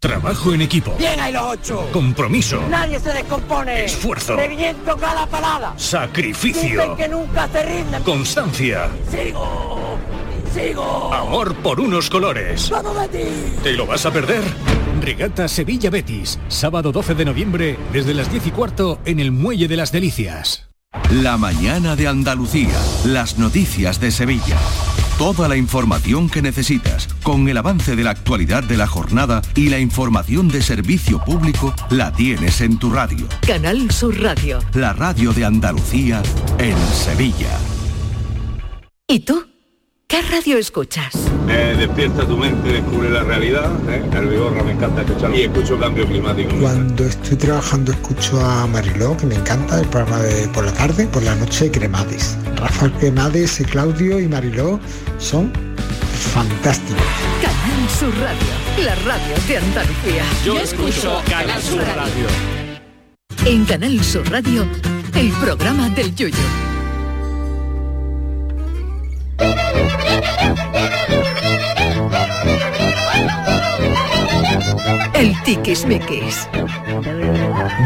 Speaker 23: Trabajo en equipo.
Speaker 24: Bien ahí los ocho.
Speaker 23: Compromiso.
Speaker 24: Nadie se descompone.
Speaker 23: Esfuerzo.
Speaker 24: Te viento cada parada.
Speaker 23: Sacrificio.
Speaker 24: nunca se rinden.
Speaker 23: Constancia.
Speaker 24: Sigo. Sigo.
Speaker 23: Amor por unos colores. ¿Te lo vas a perder? Regata Sevilla Betis, sábado 12 de noviembre, desde las 10 y cuarto en el Muelle de las Delicias.
Speaker 25: La mañana de Andalucía. Las noticias de Sevilla. Toda la información que necesitas, con el avance de la actualidad de la jornada y la información de servicio público, la tienes en tu radio.
Speaker 8: Canal Sur Radio.
Speaker 25: La radio de Andalucía en Sevilla.
Speaker 8: ¿Y tú? ¿Qué radio escuchas?
Speaker 26: Eh, despierta tu mente, descubre la realidad. ¿eh? El Vigorra me encanta escucharlo. Y escucho cambio climático.
Speaker 27: Cuando estoy trabajando escucho a Mariló, que me encanta, el programa de por la tarde, por la noche Cremades. Rafael Cremades, Claudio y Mariló son fantásticos.
Speaker 8: Canal Sur Radio, la radio de Andalucía.
Speaker 27: Yo escucho Canal Sur Radio.
Speaker 8: En Canal Sur Radio, el programa del Yoyo. El tiquismiquis.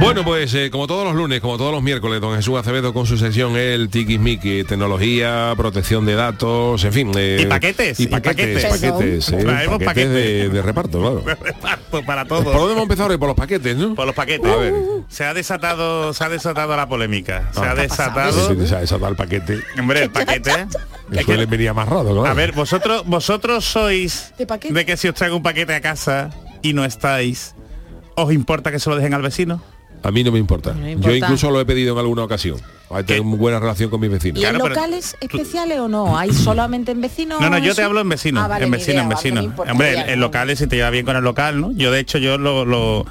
Speaker 14: Bueno, pues eh, como todos los lunes, como todos los miércoles, don Jesús Acevedo con su sesión El Tiquismiqui, tecnología, protección de datos, en fin. eh,
Speaker 18: Y paquetes,
Speaker 14: Y
Speaker 18: y
Speaker 14: paquetes,
Speaker 18: paquetes.
Speaker 14: paquetes. eh,
Speaker 18: Traemos
Speaker 14: paquetes de,
Speaker 18: paquetes.
Speaker 14: de reparto, claro.
Speaker 18: Pues para todos.
Speaker 14: ¿Por dónde hemos empezado hoy? Por los paquetes, ¿no?
Speaker 18: Por los paquetes.
Speaker 14: A ver.
Speaker 18: Se ha desatado, se ha desatado la polémica. Se
Speaker 14: Ah.
Speaker 18: ha desatado.
Speaker 14: Sí, se ha desatado el paquete.
Speaker 18: Hombre, el paquete.
Speaker 14: Me suele venir amarrado, claro.
Speaker 18: A ver, vosotros, vosotros sois de, que si os traigo un paquete a casa y no estáis, ¿os importa que se lo dejen al vecino?
Speaker 14: A mí no me importa. Yo
Speaker 17: importa.
Speaker 14: incluso lo he pedido en alguna ocasión. Ay, Tengo muy buena relación con mis
Speaker 17: ¿Y
Speaker 14: vecinos.
Speaker 17: en locales especiales o no? ¿Hay solamente en vecinos?
Speaker 18: No, no,
Speaker 17: o en
Speaker 18: yo te
Speaker 17: eso?
Speaker 18: hablo en vecino,
Speaker 17: Ah, vale,
Speaker 18: en
Speaker 17: ni
Speaker 18: vecino,
Speaker 17: idea,
Speaker 18: en
Speaker 17: vale,
Speaker 18: vecino.
Speaker 17: no importa,
Speaker 18: Hombre,
Speaker 17: ya,
Speaker 18: en, en locales si te lleva bien con el local, ¿no? Yo de hecho yo lo, lo-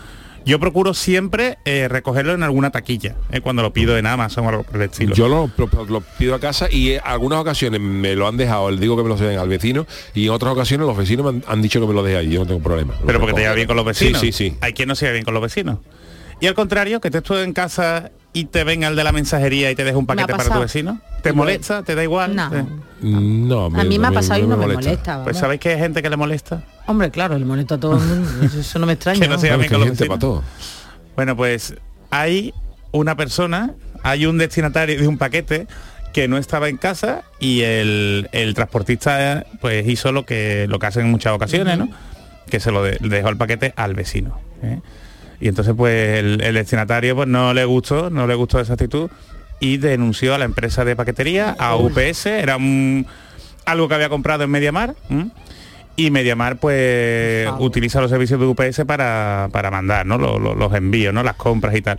Speaker 18: yo procuro siempre eh, recogerlo en alguna taquilla, eh, cuando lo pido en Amazon o algo por el estilo.
Speaker 14: Yo lo, lo- lo pido a casa y eh, algunas ocasiones me lo han dejado, le digo que me lo den al vecino y en otras ocasiones los vecinos me han, han dicho que me lo deje ahí, yo no tengo problema.
Speaker 18: Pero porque te lleva bien con los vecinos.
Speaker 14: Sí, sí, sí.
Speaker 18: Hay quien no se lleva bien con los vecinos. Y al contrario, que te estés en casa y te venga el de la mensajería y te deja un
Speaker 17: Me ha
Speaker 18: paquete para tu
Speaker 17: pasado.
Speaker 18: vecino. ¿Te molesta? ¿Te da igual?
Speaker 17: No.
Speaker 18: Eh,
Speaker 14: No,
Speaker 17: A mí me ha pasado y no me molesta.
Speaker 18: Pues
Speaker 17: vamos.
Speaker 18: sabéis que hay gente que le molesta.
Speaker 17: Hombre, claro, le molesta a todo el mundo. Eso- Eso no me extraña.
Speaker 18: Que no se
Speaker 17: vamos.
Speaker 18: llame con los vecinos. Bueno, pues hay una persona, hay un destinatario de un paquete que no estaba en casa y el, el transportista eh, pues hizo lo que lo que hacen en muchas ocasiones, ¿no? Que se lo de- le dejó el paquete al vecino. ¿eh? Y entonces pues el, el destinatario pues no le gustó, no le gustó esa actitud y denunció a la empresa de paquetería, a UPS, era un- algo que había comprado en Mediamar. ¿m? Y Mediamar pues utiliza los servicios de UPS para, para mandar, ¿no? Lo- lo- Los, envíos, ¿no? Las compras y tal.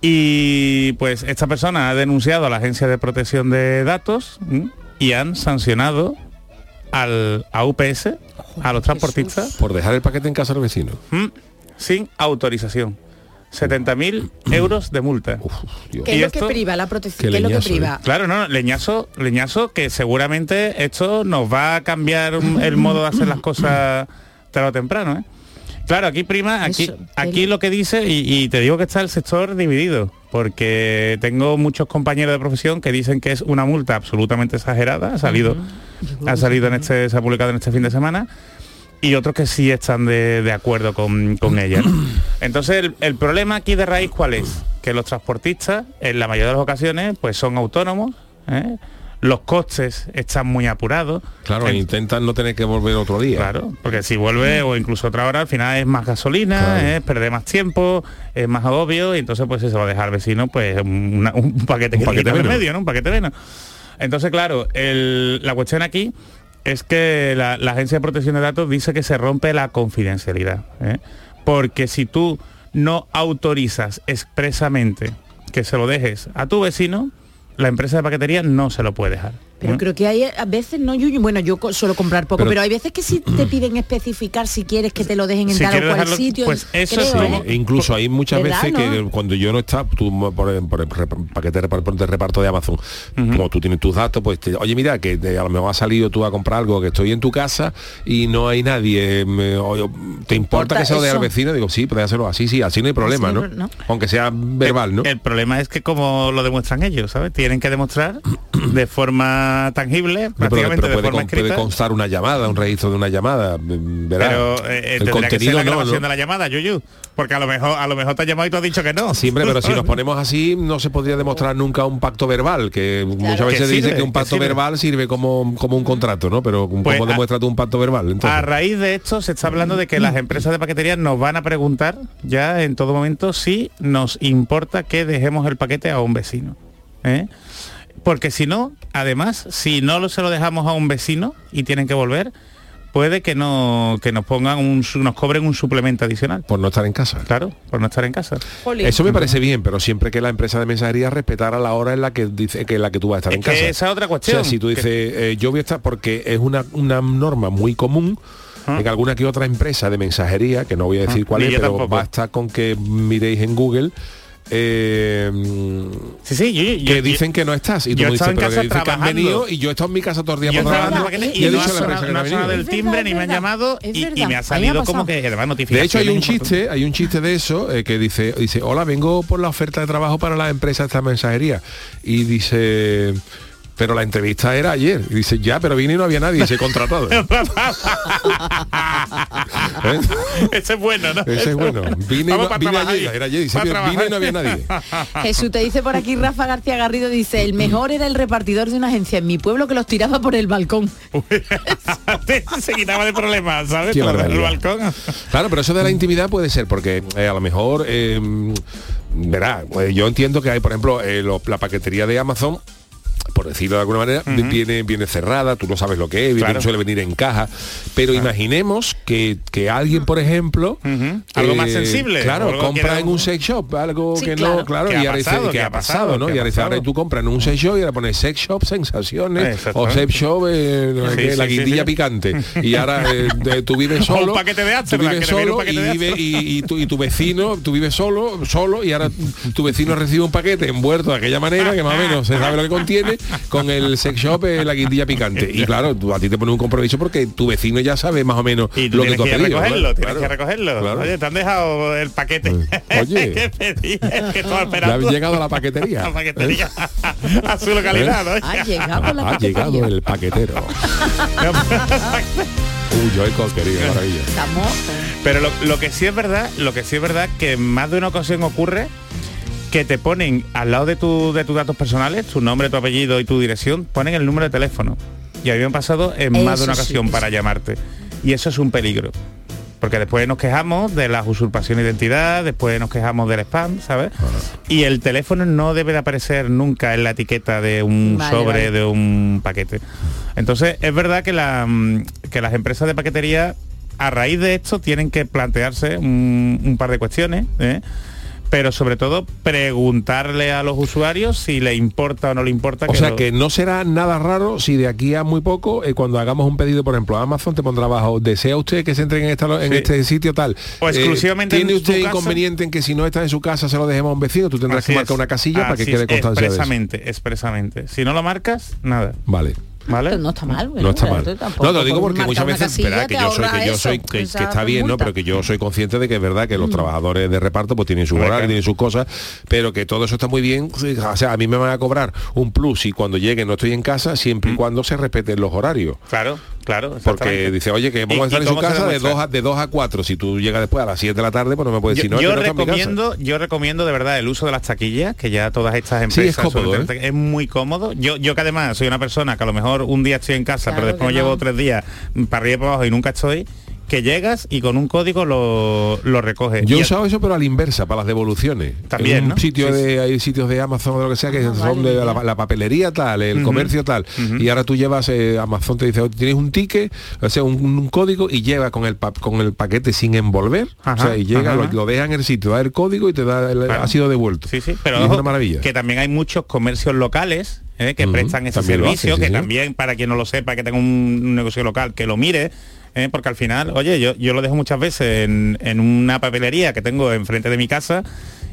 Speaker 18: Y pues esta persona ha denunciado a la Agencia de Protección de Datos ¿m? y han sancionado al, a UPS, a los transportistas,
Speaker 14: Por dejar el paquete en casa del vecino.
Speaker 18: ¿m? sin autorización. 70.000
Speaker 14: Mm.
Speaker 18: euros de multa.
Speaker 17: ¿Qué es lo que priva la protección? ¿Qué ¿eh? es lo que priva?
Speaker 18: ¿eh? Claro, no, leñazo, leñazo que seguramente esto nos va a cambiar un- el modo de hacer las cosas tarde o temprano, ¿eh? Claro, aquí prima, aquí, aquí lo que dice, y, y te digo que está el sector dividido, porque tengo muchos compañeros de profesión que dicen que es una multa absolutamente exagerada, ha salido, ha salido en este, se ha publicado en este fin de semana, y otros que sí están de, de acuerdo con, con ella. ¿no? Entonces, el, el problema aquí de raíz, ¿cuál es? Que los transportistas, en la mayoría de las ocasiones, pues son autónomos, ¿eh? los costes están muy apurados.
Speaker 14: Claro, intentan no tener que volver otro día.
Speaker 18: Claro, porque si vuelve o incluso otra hora, al final es más gasolina, es perder más tiempo, es más agobio, y entonces pues si se lo deja al vecino, pues una- un paquete que
Speaker 14: Un
Speaker 18: le
Speaker 14: paquete
Speaker 18: quitan en
Speaker 14: menos.
Speaker 18: medio, ¿no? Un paquete menos. Entonces, claro, el- la cuestión aquí es que la, la Agencia de Protección de Datos dice que se rompe la confidencialidad. ¿eh? Porque si tú no autorizas expresamente que se lo dejes a tu vecino, la empresa de paquetería no se lo puede dejar.
Speaker 17: Pero creo que hay a veces no, Yuyu, bueno, yo co- suelo comprar poco,
Speaker 18: Pero-
Speaker 17: pero, hay veces que sí te piden especificar si quieres que te lo dejen en
Speaker 14: Si
Speaker 17: tal o
Speaker 14: quieres
Speaker 17: cual
Speaker 14: dejarlo-
Speaker 17: sitio.
Speaker 14: pues eso
Speaker 17: creo,
Speaker 14: sí.
Speaker 17: ¿eh?
Speaker 14: E incluso
Speaker 18: Pues,
Speaker 14: hay muchas
Speaker 17: ¿Verdad,
Speaker 14: veces que
Speaker 17: no?
Speaker 14: cuando yo no está tú mo- por, el- por el rep- paquete de repar- de reparto de Amazon como tú tienes tus datos pues te- oye mira que te- a lo mejor has salido tú a comprar algo que estoy en tu casa y no hay nadie me- o- te importa que se lo dé al
Speaker 18: eso?
Speaker 14: vecino digo sí puedes hacerlo así sí así no hay problema
Speaker 18: Así no
Speaker 14: ¿no?
Speaker 18: hay pro- ¿no?
Speaker 14: aunque sea verbal no
Speaker 18: El problema es que como lo demuestran ellos, ¿sabes? Tienen que demostrar de forma tangible,
Speaker 14: Pero- pero
Speaker 18: prácticamente de
Speaker 14: puede,
Speaker 18: forma
Speaker 14: con- puede
Speaker 18: escrita.
Speaker 14: constar una llamada un registro de una llamada mm, verás.
Speaker 18: Pero eh, eh,
Speaker 14: el
Speaker 18: tendría que ser
Speaker 14: contenido
Speaker 18: la
Speaker 14: no,
Speaker 18: grabación de
Speaker 14: no
Speaker 18: la llamada, Yuyu. Porque a lo mejor, a lo mejor te ha llamado y tú has dicho que no.
Speaker 14: Siempre, pero si nos ponemos así, no se podría demostrar nunca un pacto verbal, que muchas veces
Speaker 18: Que
Speaker 14: dicen
Speaker 18: sirve,
Speaker 14: que un
Speaker 18: que
Speaker 14: pacto
Speaker 18: sirve.
Speaker 14: verbal sirve como, como un contrato, ¿no? Pero ¿cómo
Speaker 18: Pues, a-
Speaker 14: demuestra tú un pacto verbal? Entonces,
Speaker 18: A raíz de esto se está hablando de que las empresas de paquetería nos van a preguntar ya en todo momento si nos importa que dejemos el paquete a un vecino. ¿eh? Porque si no, además, si no lo- se lo dejamos a un vecino y tienen que volver, puede que no que nos pongan un su- nos cobren un suplemento adicional.
Speaker 14: Por no estar en casa.
Speaker 18: Claro, por no estar en casa.
Speaker 14: eso me parece bien, pero siempre que la empresa de mensajería respetara la hora en la que dice que en la que tú vas a estar en
Speaker 18: que
Speaker 14: casa.
Speaker 18: esa es otra cuestión.
Speaker 14: O sea, si tú
Speaker 18: Que-
Speaker 14: dices, eh, yo voy a estar porque es una, una norma muy común. En alguna que otra empresa de mensajería, que no voy a decir
Speaker 18: Ah,
Speaker 14: cuál
Speaker 18: ni
Speaker 14: es,
Speaker 18: yo
Speaker 14: pero
Speaker 18: tampoco.
Speaker 14: basta con que miréis en Google. eh, que dicen que no estás y tú
Speaker 18: yo
Speaker 14: me dices,
Speaker 18: estaba en
Speaker 14: pero que
Speaker 18: casa
Speaker 14: dices que has
Speaker 18: trabajando.
Speaker 14: venido y yo he estado en mi casa todo el día
Speaker 18: Yo estaba en
Speaker 14: trabajando
Speaker 18: la paquete
Speaker 14: y
Speaker 18: y
Speaker 14: he
Speaker 18: no
Speaker 14: dicho
Speaker 18: ha
Speaker 14: a la
Speaker 18: sonado-
Speaker 14: empresa que
Speaker 18: no
Speaker 14: no
Speaker 18: ha
Speaker 14: he
Speaker 18: sonado
Speaker 14: venido.
Speaker 18: del timbre ni me han llamado y, y me ha salido como que además
Speaker 14: De
Speaker 18: notificaciones.
Speaker 14: hecho hay un
Speaker 18: importantes.
Speaker 14: chiste, hay un chiste de eso eh, que dice, dice, hola, vengo por la oferta de trabajo para la empresa de esta mensajería. Y dice, Pero la entrevista era ayer. Y dice, ya, pero vine y no había nadie, se he contratado. ¿Eh?
Speaker 18: Ese es bueno, ¿no?
Speaker 14: Ese es bueno. Vine, y
Speaker 18: Vamos
Speaker 14: no-
Speaker 18: pa'
Speaker 14: vine
Speaker 18: trabajar
Speaker 14: ayer,
Speaker 18: ahí.
Speaker 14: era ayer, dice,
Speaker 18: Pa' trabajar.
Speaker 14: vine y no había nadie.
Speaker 17: Jesús te dice por aquí Rafa García Garrido dice el mejor era el repartidor de una agencia en mi pueblo que los tiraba por el balcón.
Speaker 18: Se quitaba de problemas, ¿sabes?
Speaker 14: Qué
Speaker 18: Por el
Speaker 14: barbaridad.
Speaker 18: balcón.
Speaker 14: Claro, pero eso de la intimidad puede ser, porque eh, a lo mejor, eh, verá, pues yo entiendo que hay, por ejemplo, eh, lo- la paquetería de Amazon por decirlo de alguna manera, viene, viene cerrada, tú no sabes lo que es, viene-
Speaker 18: Claro.
Speaker 14: suele venir en caja, pero imaginemos que, que alguien, por ejemplo,
Speaker 18: Algo más sensible, o
Speaker 14: eh, Claro,
Speaker 18: algo que
Speaker 14: compra
Speaker 18: era
Speaker 14: en un sex shop, algo
Speaker 18: Sí,
Speaker 14: que
Speaker 18: claro.
Speaker 14: no, claro,
Speaker 18: ¿Qué
Speaker 14: y
Speaker 18: ha
Speaker 14: ahora
Speaker 18: pasado?
Speaker 14: dice, que
Speaker 18: ¿Qué
Speaker 14: ha
Speaker 18: ha
Speaker 14: pasado,
Speaker 18: pasado?
Speaker 14: ¿no?
Speaker 18: ¿Qué
Speaker 14: Y
Speaker 18: ha
Speaker 14: ahora dice, ahora
Speaker 18: pasado? Ah,
Speaker 14: tú compras en un sex shop y ahora pones sex shop sensaciones o
Speaker 18: Exactamente.
Speaker 14: sex shop eh, no sé
Speaker 18: Sí,
Speaker 14: qué,
Speaker 18: sí,
Speaker 14: la
Speaker 18: sí,
Speaker 14: guindilla
Speaker 18: sí.
Speaker 14: picante. Y ahora eh, de- tú vives
Speaker 18: O un
Speaker 14: solo.
Speaker 18: paquete de
Speaker 14: tú
Speaker 18: Amsterdam,
Speaker 14: vives
Speaker 18: que te viene un
Speaker 14: solo
Speaker 18: paquete
Speaker 14: y
Speaker 18: de
Speaker 14: vive-
Speaker 18: Amsterdam.
Speaker 14: y- y tu, y tu vecino, tú vives solo, solo, y ahora tu vecino recibe un paquete envuelto de aquella manera, que más o menos se sabe lo que contiene, con el sex shop, eh, la guindilla picante. Y claro, tú- a ti te pone un compromiso porque tu vecino ya sabe más o menos
Speaker 18: Tú
Speaker 14: lo
Speaker 18: tienes
Speaker 14: que tú has
Speaker 18: que ir a
Speaker 14: pedido.
Speaker 18: recogerlo,
Speaker 14: ¿verdad?
Speaker 18: tienes
Speaker 14: Claro.
Speaker 18: que recogerlo.
Speaker 14: Claro. Eh,
Speaker 18: Oye, te han dejado el paquete.
Speaker 14: Oye.
Speaker 18: que pedías, que estaba
Speaker 14: Ya
Speaker 18: esperando.
Speaker 14: has llegado a la paquetería.
Speaker 18: La paquetería. a su localidad, ¿no?
Speaker 17: Ha llegado la
Speaker 14: Ha llegado el paquetero. Uy, yo he querido, qué maravilla.
Speaker 17: Estamos
Speaker 18: Pero lo, lo que sí es verdad, lo que sí es verdad que en más de una ocasión ocurre que te ponen al lado de, tu, de tus datos personales, tu nombre, tu apellido y tu dirección, ponen el número de teléfono. Y habían pasado en más de
Speaker 7: Eso
Speaker 18: una
Speaker 7: sí,
Speaker 18: ocasión
Speaker 7: eso
Speaker 18: para
Speaker 7: sí.
Speaker 18: llamarte. Y eso es un peligro. Porque después nos quejamos de la usurpación de identidad, después nos quejamos del spam, ¿sabes? Y el teléfono no debe de aparecer nunca en la etiqueta de un
Speaker 7: Vale,
Speaker 18: sobre,
Speaker 7: vale.
Speaker 18: de un paquete. Entonces, es verdad que, la, mm, que las empresas de paquetería, a raíz de esto, tienen que plantearse un, un par de cuestiones, ¿eh? pero sobre todo preguntarle a los usuarios si le importa o no le importa.
Speaker 14: O sea
Speaker 18: lo-
Speaker 14: que no será nada raro si de aquí a muy poco, eh, cuando hagamos un pedido, por ejemplo, a Amazon te pondrá abajo, desea usted que se entreguen en, esta lo- en
Speaker 18: Sí.
Speaker 14: este sitio tal.
Speaker 18: O exclusivamente
Speaker 14: ¿Tiene
Speaker 18: en
Speaker 14: usted
Speaker 18: su casa?
Speaker 14: inconveniente en que si no está en su casa se lo dejemos a un vecino? Tú tendrás
Speaker 18: Así
Speaker 14: que marcar
Speaker 18: es.
Speaker 14: una casilla para que
Speaker 18: Así
Speaker 14: quede
Speaker 18: es,
Speaker 14: constancia de eso.
Speaker 18: Expresamente, expresamente. Si no lo marcas, nada.
Speaker 14: Vale.
Speaker 18: ¿Vale?
Speaker 17: No está mal, bueno,
Speaker 14: No está mal.
Speaker 17: pero tampoco
Speaker 14: No, te lo digo
Speaker 17: por
Speaker 14: porque
Speaker 17: marcar
Speaker 14: muchas
Speaker 17: una
Speaker 14: veces,
Speaker 17: casilla
Speaker 14: verá,
Speaker 17: te
Speaker 14: que yo soy,
Speaker 17: ahorra
Speaker 14: que yo
Speaker 17: eso,
Speaker 14: soy, que,
Speaker 17: esa
Speaker 14: que está bien, ¿no?
Speaker 17: multa. Mm.
Speaker 14: Pero que yo soy consciente de que es verdad que los trabajadores de reparto pues tienen su
Speaker 18: Hombre,
Speaker 14: horario,
Speaker 18: claro.
Speaker 14: tienen sus cosas, pero que todo eso está muy bien. O sea, a mí me van a cobrar un plus y cuando llegue no estoy en casa,
Speaker 17: Mm.
Speaker 14: siempre y cuando se respeten los horarios.
Speaker 18: Claro, claro.
Speaker 14: Porque
Speaker 18: exactamente.
Speaker 14: dice, oye, que vamos a
Speaker 18: ¿Y-
Speaker 14: estar
Speaker 18: y
Speaker 14: en su
Speaker 18: cómo se
Speaker 14: casa de
Speaker 18: demuestra?
Speaker 14: 2 a, de dos a 4. Si tú llegas después a las 7 de la tarde, pues no me puedes
Speaker 18: Yo,
Speaker 14: decir, no,
Speaker 18: yo
Speaker 14: es que no está en mi casa.
Speaker 18: recomiendo, yo recomiendo de verdad el uso de las taquillas, que ya todas estas
Speaker 14: Sí,
Speaker 18: empresas
Speaker 14: es cómodo, ¿eh?
Speaker 18: sobre- es muy cómodo. Yo, yo que además soy una persona que a lo mejor un día estoy en casa, pero después me llevo tres días mm, para arriba y para abajo y nunca estoy, que llegas y con un código lo, lo recoges.
Speaker 14: Yo
Speaker 18: Y
Speaker 14: he
Speaker 18: a-
Speaker 14: usado eso, pero a la inversa, para las devoluciones.
Speaker 18: También,
Speaker 14: En un
Speaker 18: ¿no?
Speaker 14: sitio
Speaker 18: Sí,
Speaker 14: de, hay sitios de Amazon o lo que sea, que
Speaker 17: Ah,
Speaker 14: son de la, la papelería tal, el
Speaker 18: Ujú.
Speaker 14: comercio tal. Y ahora tú llevas, eh, Amazon te dice, "Oh, tienes un ticket, o sea, un, un código, y lleva con el, pa- con el paquete sin envolver.
Speaker 18: Ajá,
Speaker 14: o sea, y llega,
Speaker 18: ajá.
Speaker 14: lo, lo deja en el sitio, da el código y te da, el-
Speaker 18: Claro.
Speaker 14: ha sido devuelto.
Speaker 18: Sí, sí, pero
Speaker 14: Y es
Speaker 18: ojo,
Speaker 14: una maravilla.
Speaker 18: que también hay muchos comercios locales eh, que prestan ese
Speaker 14: también lo
Speaker 18: servicio,
Speaker 14: hacen, sí,
Speaker 18: que
Speaker 14: sí.
Speaker 18: también, para quien no lo sepa, que tenga un negocio local, que lo mire, eh, porque al final, oye, yo, yo lo dejo muchas veces en, en una papelería que tengo enfrente de mi casa.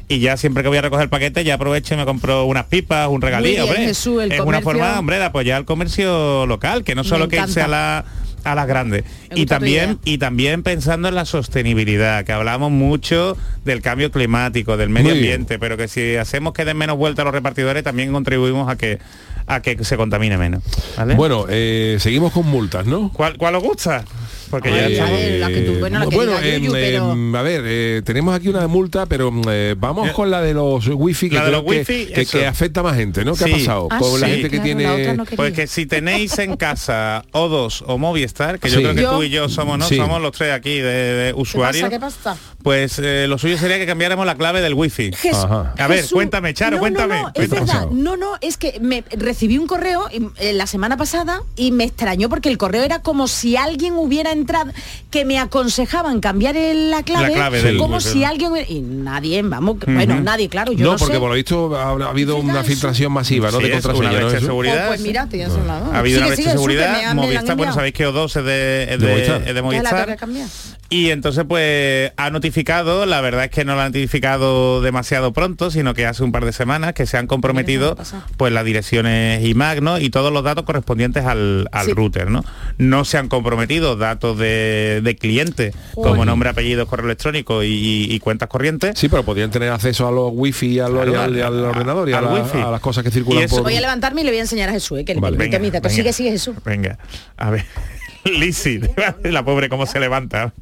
Speaker 18: Y ya siempre que voy a recoger el paquete, ya aprovecho y me compro unas pipas, un regalío,
Speaker 17: bien,
Speaker 18: hombre.
Speaker 17: Jesús, el
Speaker 18: es una
Speaker 17: comercio-
Speaker 18: forma, hombre, de apoyar al comercio local, que no
Speaker 17: Me
Speaker 18: solo que
Speaker 17: encanta.
Speaker 18: sea la a las grandes
Speaker 17: Me
Speaker 18: y
Speaker 17: gusta tu idea.
Speaker 18: también y también pensando en la sostenibilidad que hablamos mucho del cambio climático del medio
Speaker 14: Muy bien.
Speaker 18: ambiente pero que si hacemos que den menos vuelta a los repartidores también contribuimos a que a que se contamine menos ¿vale?
Speaker 14: Bueno, eh, seguimos con multas, ¿no?
Speaker 18: ¿Cuál, cuál os gusta porque ya
Speaker 14: Eh,
Speaker 18: estamos-
Speaker 17: bueno, la que
Speaker 14: bueno,
Speaker 17: diga
Speaker 14: em,
Speaker 17: Yuyu, pero-
Speaker 14: em, a ver, eh, tenemos aquí una multa, pero mm, eh, vamos con la de los wifi que,
Speaker 18: La de
Speaker 14: creo
Speaker 18: los
Speaker 14: que-
Speaker 18: wifi,
Speaker 14: que,
Speaker 18: eso.
Speaker 14: que afecta a más gente, ¿no? ¿Qué ha
Speaker 18: Sí.
Speaker 14: pasado?
Speaker 17: Ah,
Speaker 14: con la gente que tiene...
Speaker 18: pues que si tenéis en casa O2 o Movistar, que yo
Speaker 14: Sí.
Speaker 18: creo que
Speaker 14: Yo-
Speaker 18: tú y yo somos, ¿no?
Speaker 14: Sí.
Speaker 18: Somos los tres aquí de, de usuarios.
Speaker 17: ¿Qué pasa?
Speaker 18: Pues eh, lo suyo sería que cambiáramos la clave del wifi.
Speaker 17: Jes-
Speaker 14: Ajá.
Speaker 18: A ver,
Speaker 17: Jesús,
Speaker 18: cuéntame, Charo,
Speaker 17: no, no,
Speaker 18: cuéntame.
Speaker 17: no, es
Speaker 18: cuéntame.
Speaker 17: verdad. No, no, es que me recibí un correo em, eh, la semana pasada y me extrañó porque el correo era como si alguien hubiera entrado, que me aconsejaban cambiar el- la clave,
Speaker 14: clave del-
Speaker 17: como
Speaker 14: Sí.
Speaker 17: si alguien hubiera- y nadie, vamos, que- bueno,
Speaker 14: Ujú.
Speaker 17: nadie, claro, yo no,
Speaker 14: no, porque
Speaker 17: sé.
Speaker 14: por lo visto ha, ha habido una filtración masiva, ¿no?
Speaker 18: Sí,
Speaker 14: de
Speaker 18: es una
Speaker 14: contraseña, ¿no?
Speaker 18: brecha de
Speaker 14: Eso.
Speaker 18: seguridad.
Speaker 17: Oh, pues mira, te ya se lo ha dado.
Speaker 18: Ha habido
Speaker 17: Sigue,
Speaker 18: una brecha
Speaker 17: sigue,
Speaker 18: de
Speaker 17: Jesús, que me
Speaker 18: seguridad. pues,
Speaker 17: han- me la han
Speaker 18: Movistar, bueno,
Speaker 17: enviado.
Speaker 18: sabéis que O2 es de, es
Speaker 14: De
Speaker 18: de-
Speaker 14: Movistar.
Speaker 18: es de
Speaker 17: Ya la tengo
Speaker 18: Movistar.
Speaker 17: que cambiar.
Speaker 18: Y entonces pues ha notificado, la verdad es que no lo ha notificado demasiado pronto, sino que hace un par de semanas que se han comprometido pues las direcciones IMAG ¿no? y todos los datos correspondientes al, al
Speaker 7: Sí.
Speaker 18: router. ¿no? no se han comprometido datos de, de cliente como
Speaker 14: Joder.
Speaker 18: nombre, apellidos, correo electrónico y, y- y cuentas corrientes.
Speaker 14: Sí, pero podían tener acceso a los wifi y, a los- y al, y al ordenador y a,
Speaker 18: al
Speaker 14: la-
Speaker 18: wifi.
Speaker 14: a las cosas que circulan por...
Speaker 17: Voy a levantarme y le voy a enseñar a Jesús, eh, que le
Speaker 18: Vale.
Speaker 17: permite
Speaker 18: Venga,
Speaker 17: mis datos.
Speaker 18: venga.
Speaker 17: Sigue, sigue Jesús.
Speaker 18: Venga, a ver. Lisi, la pobre cómo se levanta.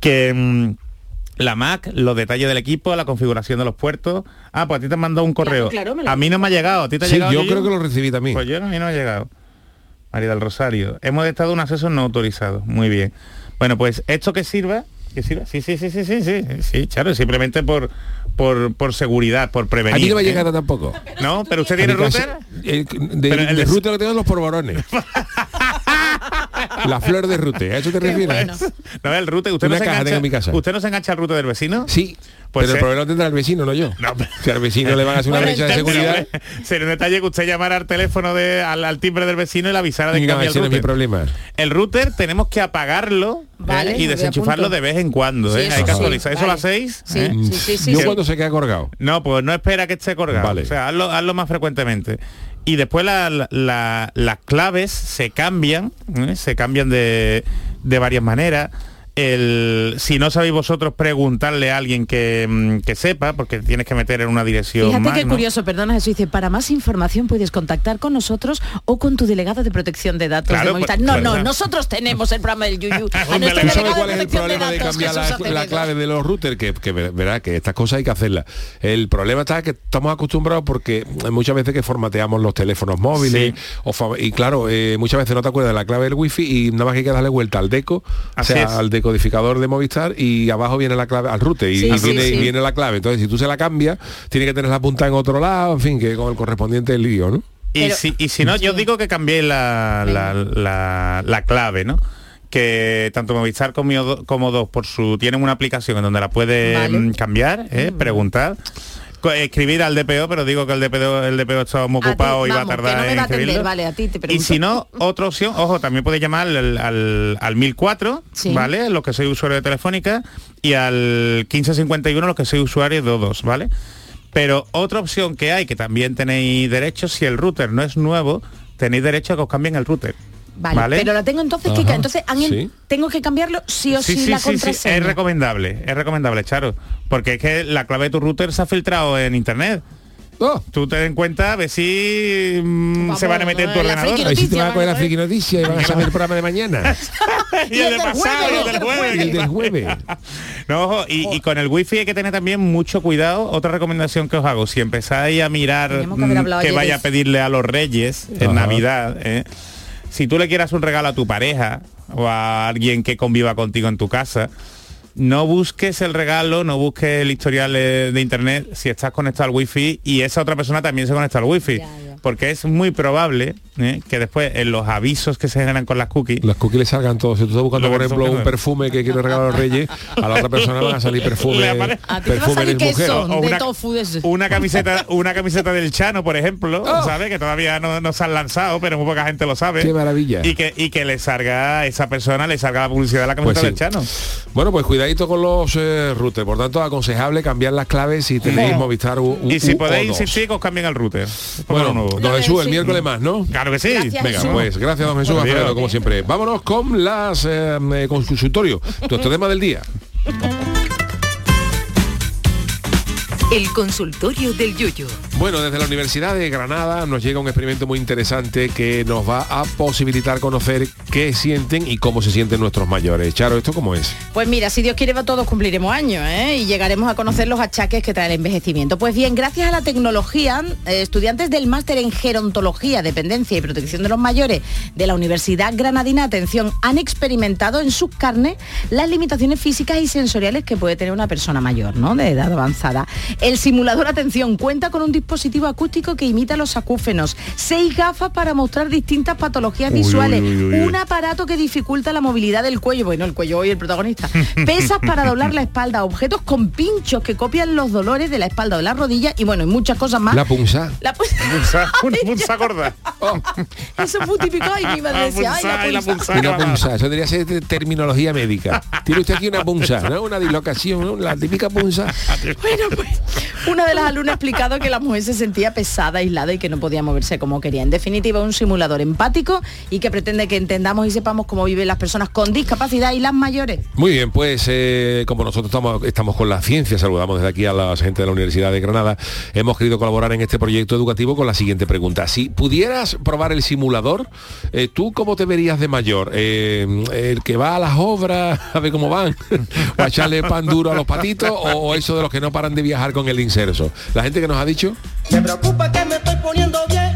Speaker 18: que mm, la Mac, los detalles del equipo, la configuración de los puertos. Ah, pues a ti te han mandado un correo.
Speaker 14: claro, me lo-
Speaker 18: a mí no me ha llegado. ¿A ti te ha
Speaker 14: Sí,
Speaker 18: llegado?
Speaker 14: yo creo que lo recibí también.
Speaker 18: Pues yo a mí no me ha llegado. María del Rosario. Hemos estado un acceso no autorizado. Muy bien. Bueno, pues esto que sirva, que sirva. Sí, sí, sí, sí, sí, sí, sí, claro, simplemente por por, por seguridad, por prevenir.
Speaker 14: A mí no me ha
Speaker 18: ¿eh?
Speaker 14: llegado tampoco.
Speaker 18: No, pero usted tiene
Speaker 14: A mi casa-
Speaker 18: router.
Speaker 14: Eh, de,
Speaker 18: Pero
Speaker 14: de
Speaker 18: el-
Speaker 14: router lo tengo en los porvarones. la flor de router, ¿a eso te refieres?
Speaker 18: No, el router, usted
Speaker 14: Una
Speaker 18: no se
Speaker 14: caja
Speaker 18: engancha,
Speaker 14: tengo en mi casa.
Speaker 18: ¿Usted no se engancha al router del vecino? Pues
Speaker 14: Sí. pero el problema lo tendrá el vecino, no yo. Si al vecino le van a hacer una
Speaker 18: Bueno,
Speaker 14: brecha de
Speaker 18: entonces,
Speaker 14: seguridad,
Speaker 18: hombre, Sería un detalle que usted llamara al teléfono de, al, al timbre del vecino y le avisara de que
Speaker 14: venga,
Speaker 18: cambia el
Speaker 14: ese no es mi
Speaker 18: router.
Speaker 14: problema.
Speaker 18: El router tenemos que apagarlo ¿eh?
Speaker 14: Vale,
Speaker 18: y
Speaker 14: me
Speaker 18: desenchufarlo
Speaker 14: apunto.
Speaker 18: de vez en cuando. ¿eh?
Speaker 14: Sí, eso
Speaker 18: Hay que
Speaker 14: sí,
Speaker 18: actualizar. ¿Eso
Speaker 14: vale.
Speaker 18: a las 6?
Speaker 14: Sí, sí, sí, sí, ¿Yo sí. cuándo se queda colgado?
Speaker 18: No, pues no espera que esté colgado.
Speaker 14: Vale.
Speaker 18: O sea, hazlo, hazlo más frecuentemente. Y después la- la- la- las claves se cambian, ¿eh? se cambian de, de varias maneras. El, si no sabéis vosotros, preguntarle a alguien que, mm, que sepa, porque tienes que meter en una dirección
Speaker 17: Fíjate
Speaker 18: más,
Speaker 17: qué
Speaker 18: ¿no?
Speaker 17: curioso, perdona Jesús, dice, para más información puedes contactar con nosotros o con tu delegado de protección de datos
Speaker 14: Claro,
Speaker 17: de Movistar.
Speaker 14: pues,
Speaker 17: No,
Speaker 14: claro.
Speaker 17: no, nosotros tenemos el programa del Yuyu. A
Speaker 14: Hombre, ¿Tú
Speaker 17: nuestro
Speaker 14: sabes
Speaker 17: delegado
Speaker 14: cuál
Speaker 17: de
Speaker 14: es el
Speaker 17: protección de
Speaker 14: problema de
Speaker 17: datos,
Speaker 14: cambiar
Speaker 17: Jesús
Speaker 14: la, la
Speaker 17: Acevedo.
Speaker 14: clave de los routers? Que, que ver- verá que estas cosas hay que hacerlas. El problema está que estamos acostumbrados porque muchas veces que formateamos los teléfonos móviles o fa- y claro, eh, muchas veces no te acuerdas de la clave del wifi y nada más que hay que darle vuelta al deco,
Speaker 18: Así
Speaker 14: o sea,
Speaker 18: es.
Speaker 14: al decodificador de Movistar y abajo viene la clave, al router y,
Speaker 18: Sí,
Speaker 14: y
Speaker 18: sí,
Speaker 14: viene,
Speaker 18: sí.
Speaker 14: viene la clave. Entonces, si tú se la cambias, tiene que tener la punta en otro lado, en fin, que con el correspondiente lío, ¿no?
Speaker 18: Y, si, y si no, yo digo que cambié la, la- la- la clave, ¿no? Que tanto Movistar como, Iodo- como dos por su tienen una aplicación en donde la puede mm, cambiar, ¿eh? preguntar. Co- Escribir al DPO, pero digo que el DPO, el DPO está muy ocupado y va a
Speaker 17: Ah, Vamos, que
Speaker 18: tardar
Speaker 17: no me
Speaker 18: en
Speaker 17: va a atender,
Speaker 18: escribirlo.
Speaker 17: vale, a ti te
Speaker 18: Y
Speaker 17: pregunto.
Speaker 18: si no, otra opción, ojo, también puede llamar al, al, al 1004,
Speaker 17: Sí.
Speaker 18: ¿vale? Los que soy usuario de Telefónica, y al 1551, los que soy usuario de O2, ¿vale? Pero otra opción que hay, que también tenéis derecho, si el router no es nuevo, tenéis derecho a que os cambien el router.
Speaker 17: Vale, pero la tengo entonces que
Speaker 18: Ajá.
Speaker 17: entonces ¿han-
Speaker 18: Sí.
Speaker 17: tengo que cambiarlo sí o sí, la contraseña.
Speaker 18: es recomendable, es recomendable, Charo, porque es que la clave de tu router se ha filtrado en internet.
Speaker 14: Oh.
Speaker 18: Tú te den cuenta, a ver si mm, se van a meter en tu ordenador.
Speaker 14: Ahí sí te vas a coger la friki noticia y vas a saber el programa de mañana.
Speaker 18: y el de pasado, y el del jueves.
Speaker 14: Y el del jueves.
Speaker 18: No, ojo, y, y con el wifi hay que tener también mucho cuidado. Otra recomendación que os hago, si empezáis a mirar
Speaker 17: Teníamos que haber
Speaker 18: mm,
Speaker 17: hablado
Speaker 18: que,
Speaker 17: ayer de
Speaker 18: vaya a
Speaker 17: eso.
Speaker 18: pedirle a los reyes en
Speaker 14: Ajá.
Speaker 18: Navidad, ¿eh? si tú le quieras un regalo a tu pareja o a alguien que conviva contigo en tu casa, no busques el regalo, no busques el historial eh, de internet si estás conectado al wifi y esa otra persona también se conecta al wifi. Porque es muy probable ¿eh? que después en los avisos que se generan con las cookies,
Speaker 14: Las cookies le salgan todos. Si tú estás buscando,
Speaker 18: Lo que
Speaker 14: por
Speaker 18: te
Speaker 14: ejemplo,
Speaker 18: toca,
Speaker 14: un
Speaker 18: ¿no?
Speaker 14: perfume que quiere regalar a los reyes, a la otra persona le van a salir
Speaker 18: Le
Speaker 14: perfume.
Speaker 18: apare-
Speaker 17: A ti te va a
Speaker 14: perfume eres
Speaker 17: salir
Speaker 14: mujer.
Speaker 17: queso
Speaker 18: O
Speaker 17: de
Speaker 18: una-
Speaker 17: tofu de ese.
Speaker 18: una camiseta una camiseta del Chano, por ejemplo,
Speaker 17: Oh.
Speaker 18: ¿sabes? Que todavía no, no se han lanzado, pero muy poca gente lo sabe.
Speaker 14: Qué maravilla.
Speaker 18: Y que, y que le salga a esa persona, le salga la publicidad de la camiseta
Speaker 14: Pues
Speaker 18: del Chano.
Speaker 14: sí. Bueno, pues cuidadito con los eh, routers. Por tanto, aconsejable cambiar las claves si tenéis
Speaker 18: Ojo.
Speaker 14: Movistar U, U-
Speaker 18: Y si
Speaker 14: U-
Speaker 18: podéis
Speaker 14: O2.
Speaker 18: insistir, que os cambien el router.
Speaker 14: Bueno, don Jesús, el miércoles más, ¿no?
Speaker 18: Claro que sí. Gracias,
Speaker 14: Venga,
Speaker 18: Jesús.
Speaker 14: pues gracias, don Jesús,
Speaker 18: Buenos días.
Speaker 14: Alfredo, como siempre. Vámonos con las eh, eh, con su consultorio. Nuestro tema del día.
Speaker 8: El consultorio del Yuyu.
Speaker 14: Bueno, desde la Universidad de Granada nos llega un experimento muy interesante que nos va a posibilitar conocer qué sienten y cómo se sienten nuestros mayores. Charo, ¿esto cómo es?
Speaker 17: Pues mira, si Dios quiere, va- todos cumpliremos años ¿eh? y llegaremos a conocer los achaques que trae el envejecimiento. Pues bien, gracias a la tecnología, eh, estudiantes del máster en gerontología, dependencia y protección de los mayores de la Universidad Granadina, atención, han experimentado en sus carnes las limitaciones físicas y sensoriales que puede tener una persona mayor, ¿no? De edad avanzada. El simulador, atención, cuenta con un dispositivo acústico que imita los acúfenos, seis gafas para mostrar distintas patologías
Speaker 8: Uy,
Speaker 17: visuales,
Speaker 8: uy, uy, uy, uy.
Speaker 17: un aparato que dificulta la movilidad del cuello, bueno, el cuello hoy el protagonista, pesas para doblar la espalda, objetos con pinchos que copian los dolores de la espalda o de la rodilla y bueno, y muchas cosas más.
Speaker 14: La punza.
Speaker 17: La punza.
Speaker 18: Punza, una punza gorda.
Speaker 17: Eso es muy típico y mi madre decía, "Ay, la punza".
Speaker 14: Una punza, eso debería ser de terminología médica. Tiene usted aquí una punza, ¿no? Una dislocación, ¿no? la típica punza.
Speaker 17: Una de las alumnas ha explicado que la mujer se sentía pesada, aislada y que no podía moverse como quería. En definitiva, un simulador empático y que pretende que entendamos y sepamos cómo viven las personas con discapacidad y las mayores.
Speaker 14: Muy bien, pues eh, como nosotros estamos, estamos con la ciencia, saludamos desde aquí a la gente de la Universidad de Granada, hemos querido colaborar en este proyecto educativo con la siguiente pregunta. Si pudieras probar el simulador, eh, ¿tú cómo te verías de mayor? Eh, ¿El que va a las obras a ver cómo van? ¿O a echarle pan duro a los patitos? ¿O, o eso de los que no paran de viajar con el inserso? La gente que nos ha dicho...
Speaker 24: preocupa que me estoy poniendo viejo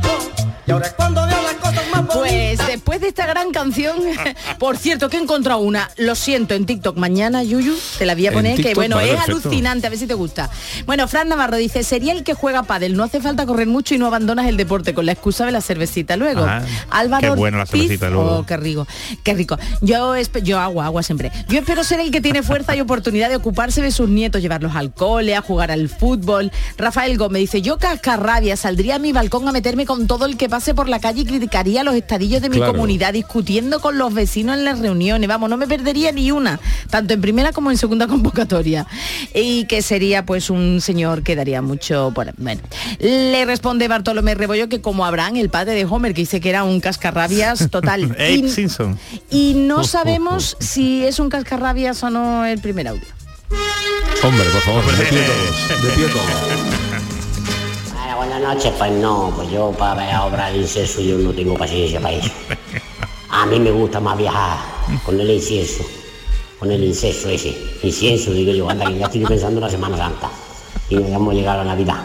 Speaker 24: y ahora es cuando veo las cosas más
Speaker 17: Pues después de esta gran canción, por cierto que he encontrado una, lo siento, en TikTok mañana, Yuyu, te la voy a
Speaker 8: En
Speaker 17: poner, que
Speaker 8: TikTok,
Speaker 17: bueno,
Speaker 8: vale,
Speaker 17: es
Speaker 8: perfecto.
Speaker 17: alucinante, a ver si te gusta. Bueno, Fran Navarro dice, sería el que juega pádel, no hace falta correr mucho y no abandonas el deporte con la excusa de la cervecita luego.
Speaker 18: Ah,
Speaker 17: Álvaro
Speaker 18: qué buena la
Speaker 17: Ortiz-
Speaker 18: cervecita luego.
Speaker 17: Oh, qué rico, qué rico. Yo, espe- yo agua, agua siempre. Yo espero ser el que tiene fuerza y oportunidad de ocuparse de sus nietos, llevarlos al cole, a jugar al fútbol. Rafael Gómez dice, yo cascarrabia, saldría a mi balcón a meterme con todo el que pase por la calle y criticaría los estadillos de mi
Speaker 8: Claro.
Speaker 17: comunidad, discutiendo con los vecinos en las reuniones. Vamos, no me perdería ni una, tanto en primera como en segunda convocatoria. Y que sería pues un señor que daría mucho... Bueno, bueno. le responde Bartolomé Rebollo que como Abraham, el padre de Homer, que dice que era un cascarrabias total.
Speaker 18: Abe
Speaker 17: Y-
Speaker 18: Simpson.
Speaker 17: y no sabemos si es un cascarrabias o no el primer audio.
Speaker 14: Hombre, por favor, de pie todos, de pie todos.
Speaker 28: Bueno, buenas noches, pues no, pues yo para ver a obra de incenso yo no tengo paciencia para eso. A mí me gusta más viajar con el incienso, con el incienso ese. Incienso, digo yo, anda, que ya estoy pensando en la Semana Santa. Y ya hemos llegado a la Navidad.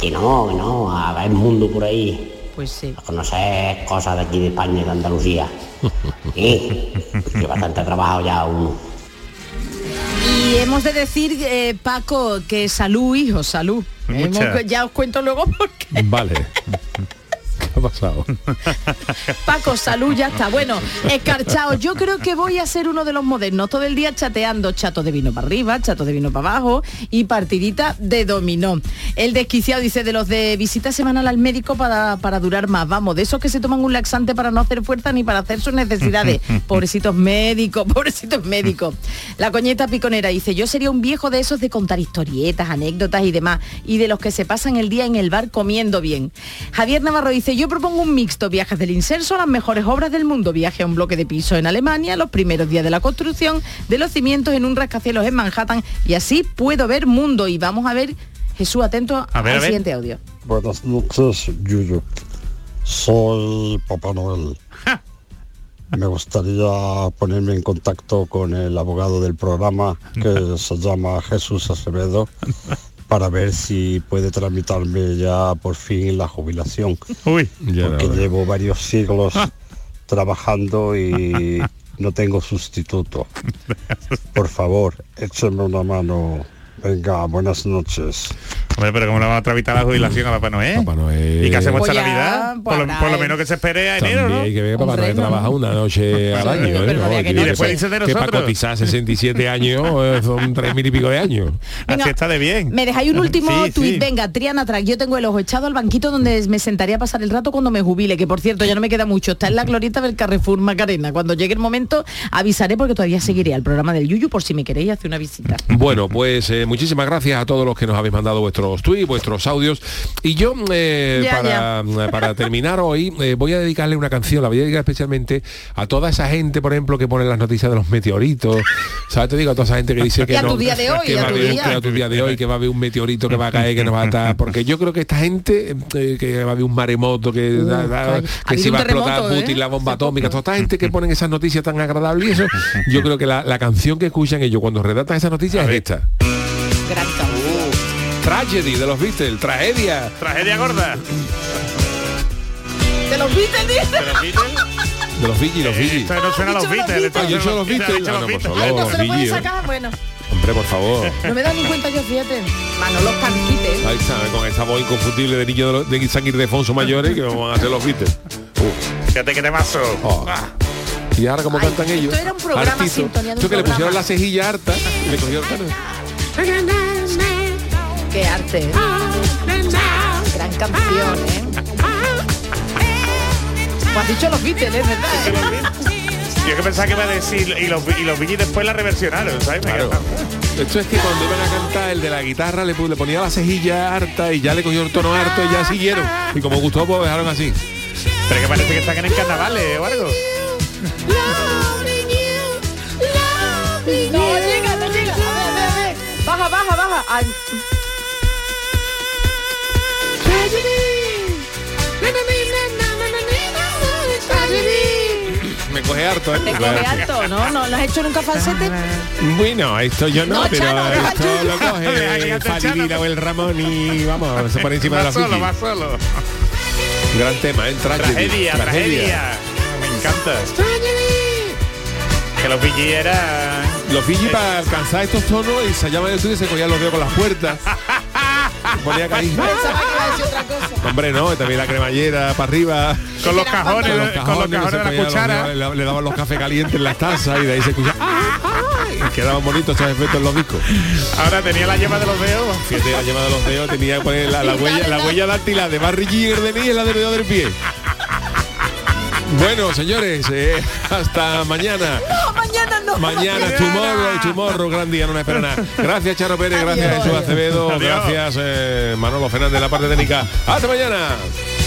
Speaker 28: Que no, que no, a ver el mundo por ahí,
Speaker 17: Pues sí.
Speaker 28: a conocer cosas de aquí de España y de Andalucía. ¿Eh? Que bastante trabajo ya uno.
Speaker 17: Y hemos de decir, eh, Paco, que salud, hijo, salud.
Speaker 14: Mucha.
Speaker 17: Hemos- ya os cuento luego por qué.
Speaker 14: Vale. ¿Qué ha pasado?
Speaker 17: Paco, salud, ya está. Bueno, escarchao, yo creo que voy a ser uno de los modernos, todo el día chateando, chatos de vino para arriba, chatos de vino para abajo y partidita de dominó. El desquiciado dice de los de visita semanal al médico para, para durar más, vamos, de esos que se toman un laxante para no hacer fuerza ni para hacer sus necesidades. Pobrecitos médicos, pobrecitos médicos. La coñeta piconera dice, yo sería un viejo de esos de contar historietas, anécdotas y demás, y de los que se pasan el día en el bar comiendo bien. Javier Navarro dice, yo propongo un mixto, viajes del inserso a las mejores obras del mundo, viaje a un bloque de piso en Alemania, los primeros días de la construcción, de los cimientos en un rascacielos en Manhattan, y así puedo ver mundo. Y vamos a ver, Jesús, atento
Speaker 7: A ver,
Speaker 17: al
Speaker 7: a ver.
Speaker 17: siguiente audio.
Speaker 7: Buenas noches, Yuyu. Soy Papá Noel. Me gustaría ponerme en contacto con el abogado del programa, que se llama Jesús Acevedo, para ver si puede tramitarme ya por fin la jubilación. porque llevo varios siglos trabajando y no tengo sustituto. Por favor, écheme una mano. Venga, buenas noches.
Speaker 18: Hombre, pero como le vamos a tramitar la jubilación a Papá Noel? ¿Y qué hacemos
Speaker 7: Pues
Speaker 18: esta Navidad? Por lo, por lo menos que se espere a enero, ¿no?
Speaker 14: También hay que ver que Papá Noel trabaja una noche al año. ¿eh?
Speaker 18: pero había que
Speaker 14: Que-
Speaker 18: no. Y después dice de
Speaker 14: Que para
Speaker 18: nosotros.
Speaker 14: cotizar 67 años eh, son tres mil y pico de años.
Speaker 17: Venga, Así está
Speaker 18: de bien.
Speaker 17: Me dejáis un último tuit, venga, Triana Track, yo tengo el ojo echado al banquito donde me sentaría a pasar el rato cuando me jubile, que por cierto ya no me queda mucho, está en la glorieta del Carrefour Macarena. Cuando llegue el momento avisaré porque todavía seguiré al programa del Yuyu por si me queréis hacer una visita.
Speaker 14: Bueno, pues eh, muchísimas gracias a todos los que nos habéis mandado vuestros tweets, vuestros audios. Y yo, eh,
Speaker 17: Ya,
Speaker 14: para, para terminar hoy, eh, voy a dedicarle una canción, la voy a dedicar especialmente a toda esa gente, por ejemplo, que pone las noticias de los meteoritos. ¿Sabes? Te digo a toda esa gente que dice
Speaker 17: Y
Speaker 14: que
Speaker 17: a
Speaker 14: no.
Speaker 17: tu día de hoy,
Speaker 14: que
Speaker 17: a
Speaker 14: va
Speaker 17: tu
Speaker 14: haber-
Speaker 17: día.
Speaker 14: que a tu día de hoy, que va a haber un meteorito que va a caer, que nos va a estar. Porque yo creo que esta gente, eh, que va a haber un maremoto, que, da- da-
Speaker 8: calla. Ha
Speaker 14: que
Speaker 8: habido
Speaker 14: si
Speaker 8: un
Speaker 14: va a explotar
Speaker 8: terremoto, ¿eh?
Speaker 14: Putin, la bomba atómica, toda esta gente que ponen esas noticias tan agradables y eso, yo creo que la, la canción que escuchan ellos cuando redactan esas noticias es esta. Tragedy de los Beatles, tragedia.
Speaker 18: Uh, Tragedia gorda.
Speaker 17: ¿Te los Beatles, dice?
Speaker 14: De los Beatles, los Beatles.
Speaker 18: Esto no suena a los Beatles. esto
Speaker 14: Ah, yo
Speaker 18: suena
Speaker 14: soy los
Speaker 18: esto
Speaker 14: Beatles.
Speaker 18: suena a los
Speaker 14: Ah, no, pues
Speaker 18: Beatles.
Speaker 14: solo los Beatles.
Speaker 17: Bueno,
Speaker 14: Hombre, por favor.
Speaker 17: No me he dado ni cuenta yo, fíjate. Manolo Panquite.
Speaker 14: Ahí está, con esa voz inconfundible de niño de, los- de San Ildefonso Mayores que vamos a hacer los Beatles. Uh. Ah.
Speaker 18: Fíjate que te mazo.
Speaker 14: Y ahora como cantan ellos.
Speaker 17: esto era un programa,
Speaker 14: Artito.
Speaker 17: sintonía de un
Speaker 14: Esto que le pusieron
Speaker 17: programa.
Speaker 14: la cejilla harta y le cogieron el
Speaker 17: Qué arte. ¿eh? Gran canción, ¿eh? Pues has dicho los Beatles, ¿eh? ¿verdad?
Speaker 18: Yo que pensaba que iba a decir y los y los Billys después la reversionaron, ¿sabes? Me
Speaker 14: Claro. Esto es que cuando iban a cantar el de la guitarra le, pu- le ponía la cejilla harta y ya le cogió el tono harto y ya siguieron. Y como gustó, pues dejaron así.
Speaker 18: Pero que parece que están en carnavales o algo.
Speaker 17: No llega, no llega. A ver, a ver, a ver. Baja, baja, baja. Ay.
Speaker 14: Me coge harto, ¿eh?
Speaker 17: Te coge alto, ¿no? ¿No, ¿No has hecho nunca falsete?
Speaker 14: Bueno, esto yo no,
Speaker 17: No,
Speaker 14: pero
Speaker 17: Chano, deja
Speaker 14: esto
Speaker 17: el
Speaker 14: lo
Speaker 17: Yuyu.
Speaker 18: Deja
Speaker 14: coge
Speaker 18: que
Speaker 14: el
Speaker 18: cante Chano.
Speaker 14: Falivira o el Ramón y vamos, se pone encima de la
Speaker 18: va solo,
Speaker 14: Fiji.
Speaker 18: va solo.
Speaker 14: Gran tema, el tragedy.
Speaker 18: Tragedia, tragedia. Me encanta. Que los Billys era
Speaker 14: Los Fiji para alcanzar estos tonos y se llama de estudio y se cogían los dedos con las puertas. Y ponía cariño.
Speaker 17: Pensaba que iba a decir otra cosa.
Speaker 14: Hombre, no, y también la cremallera para arriba.
Speaker 18: Con los cajones,
Speaker 14: Con los
Speaker 18: con los
Speaker 14: cajones,
Speaker 18: cajones
Speaker 14: se
Speaker 18: de la
Speaker 14: ponía los
Speaker 18: cuchara.
Speaker 14: dedos, le, le daban los cafés calientes en las tazas y de ahí se escuchaba. Y quedaban bonitos esos efectos en los discos.
Speaker 18: Ahora tenía la yema de los dedos.
Speaker 14: Fíjate, la yema de los dedos tenía que poner la, la huella, la huella dactilar de Barry G. de mí y la del dedo del pie. Bueno, señores, eh, hasta mañana.
Speaker 17: No, mañana no.
Speaker 14: Mañana, tomorrow, tomorrow, gran día, no me espera nada. Gracias, Charo Pérez, gracias, Jesús Acevedo, gracias, eh, Manolo Fernández, la parte técnica. Hasta mañana.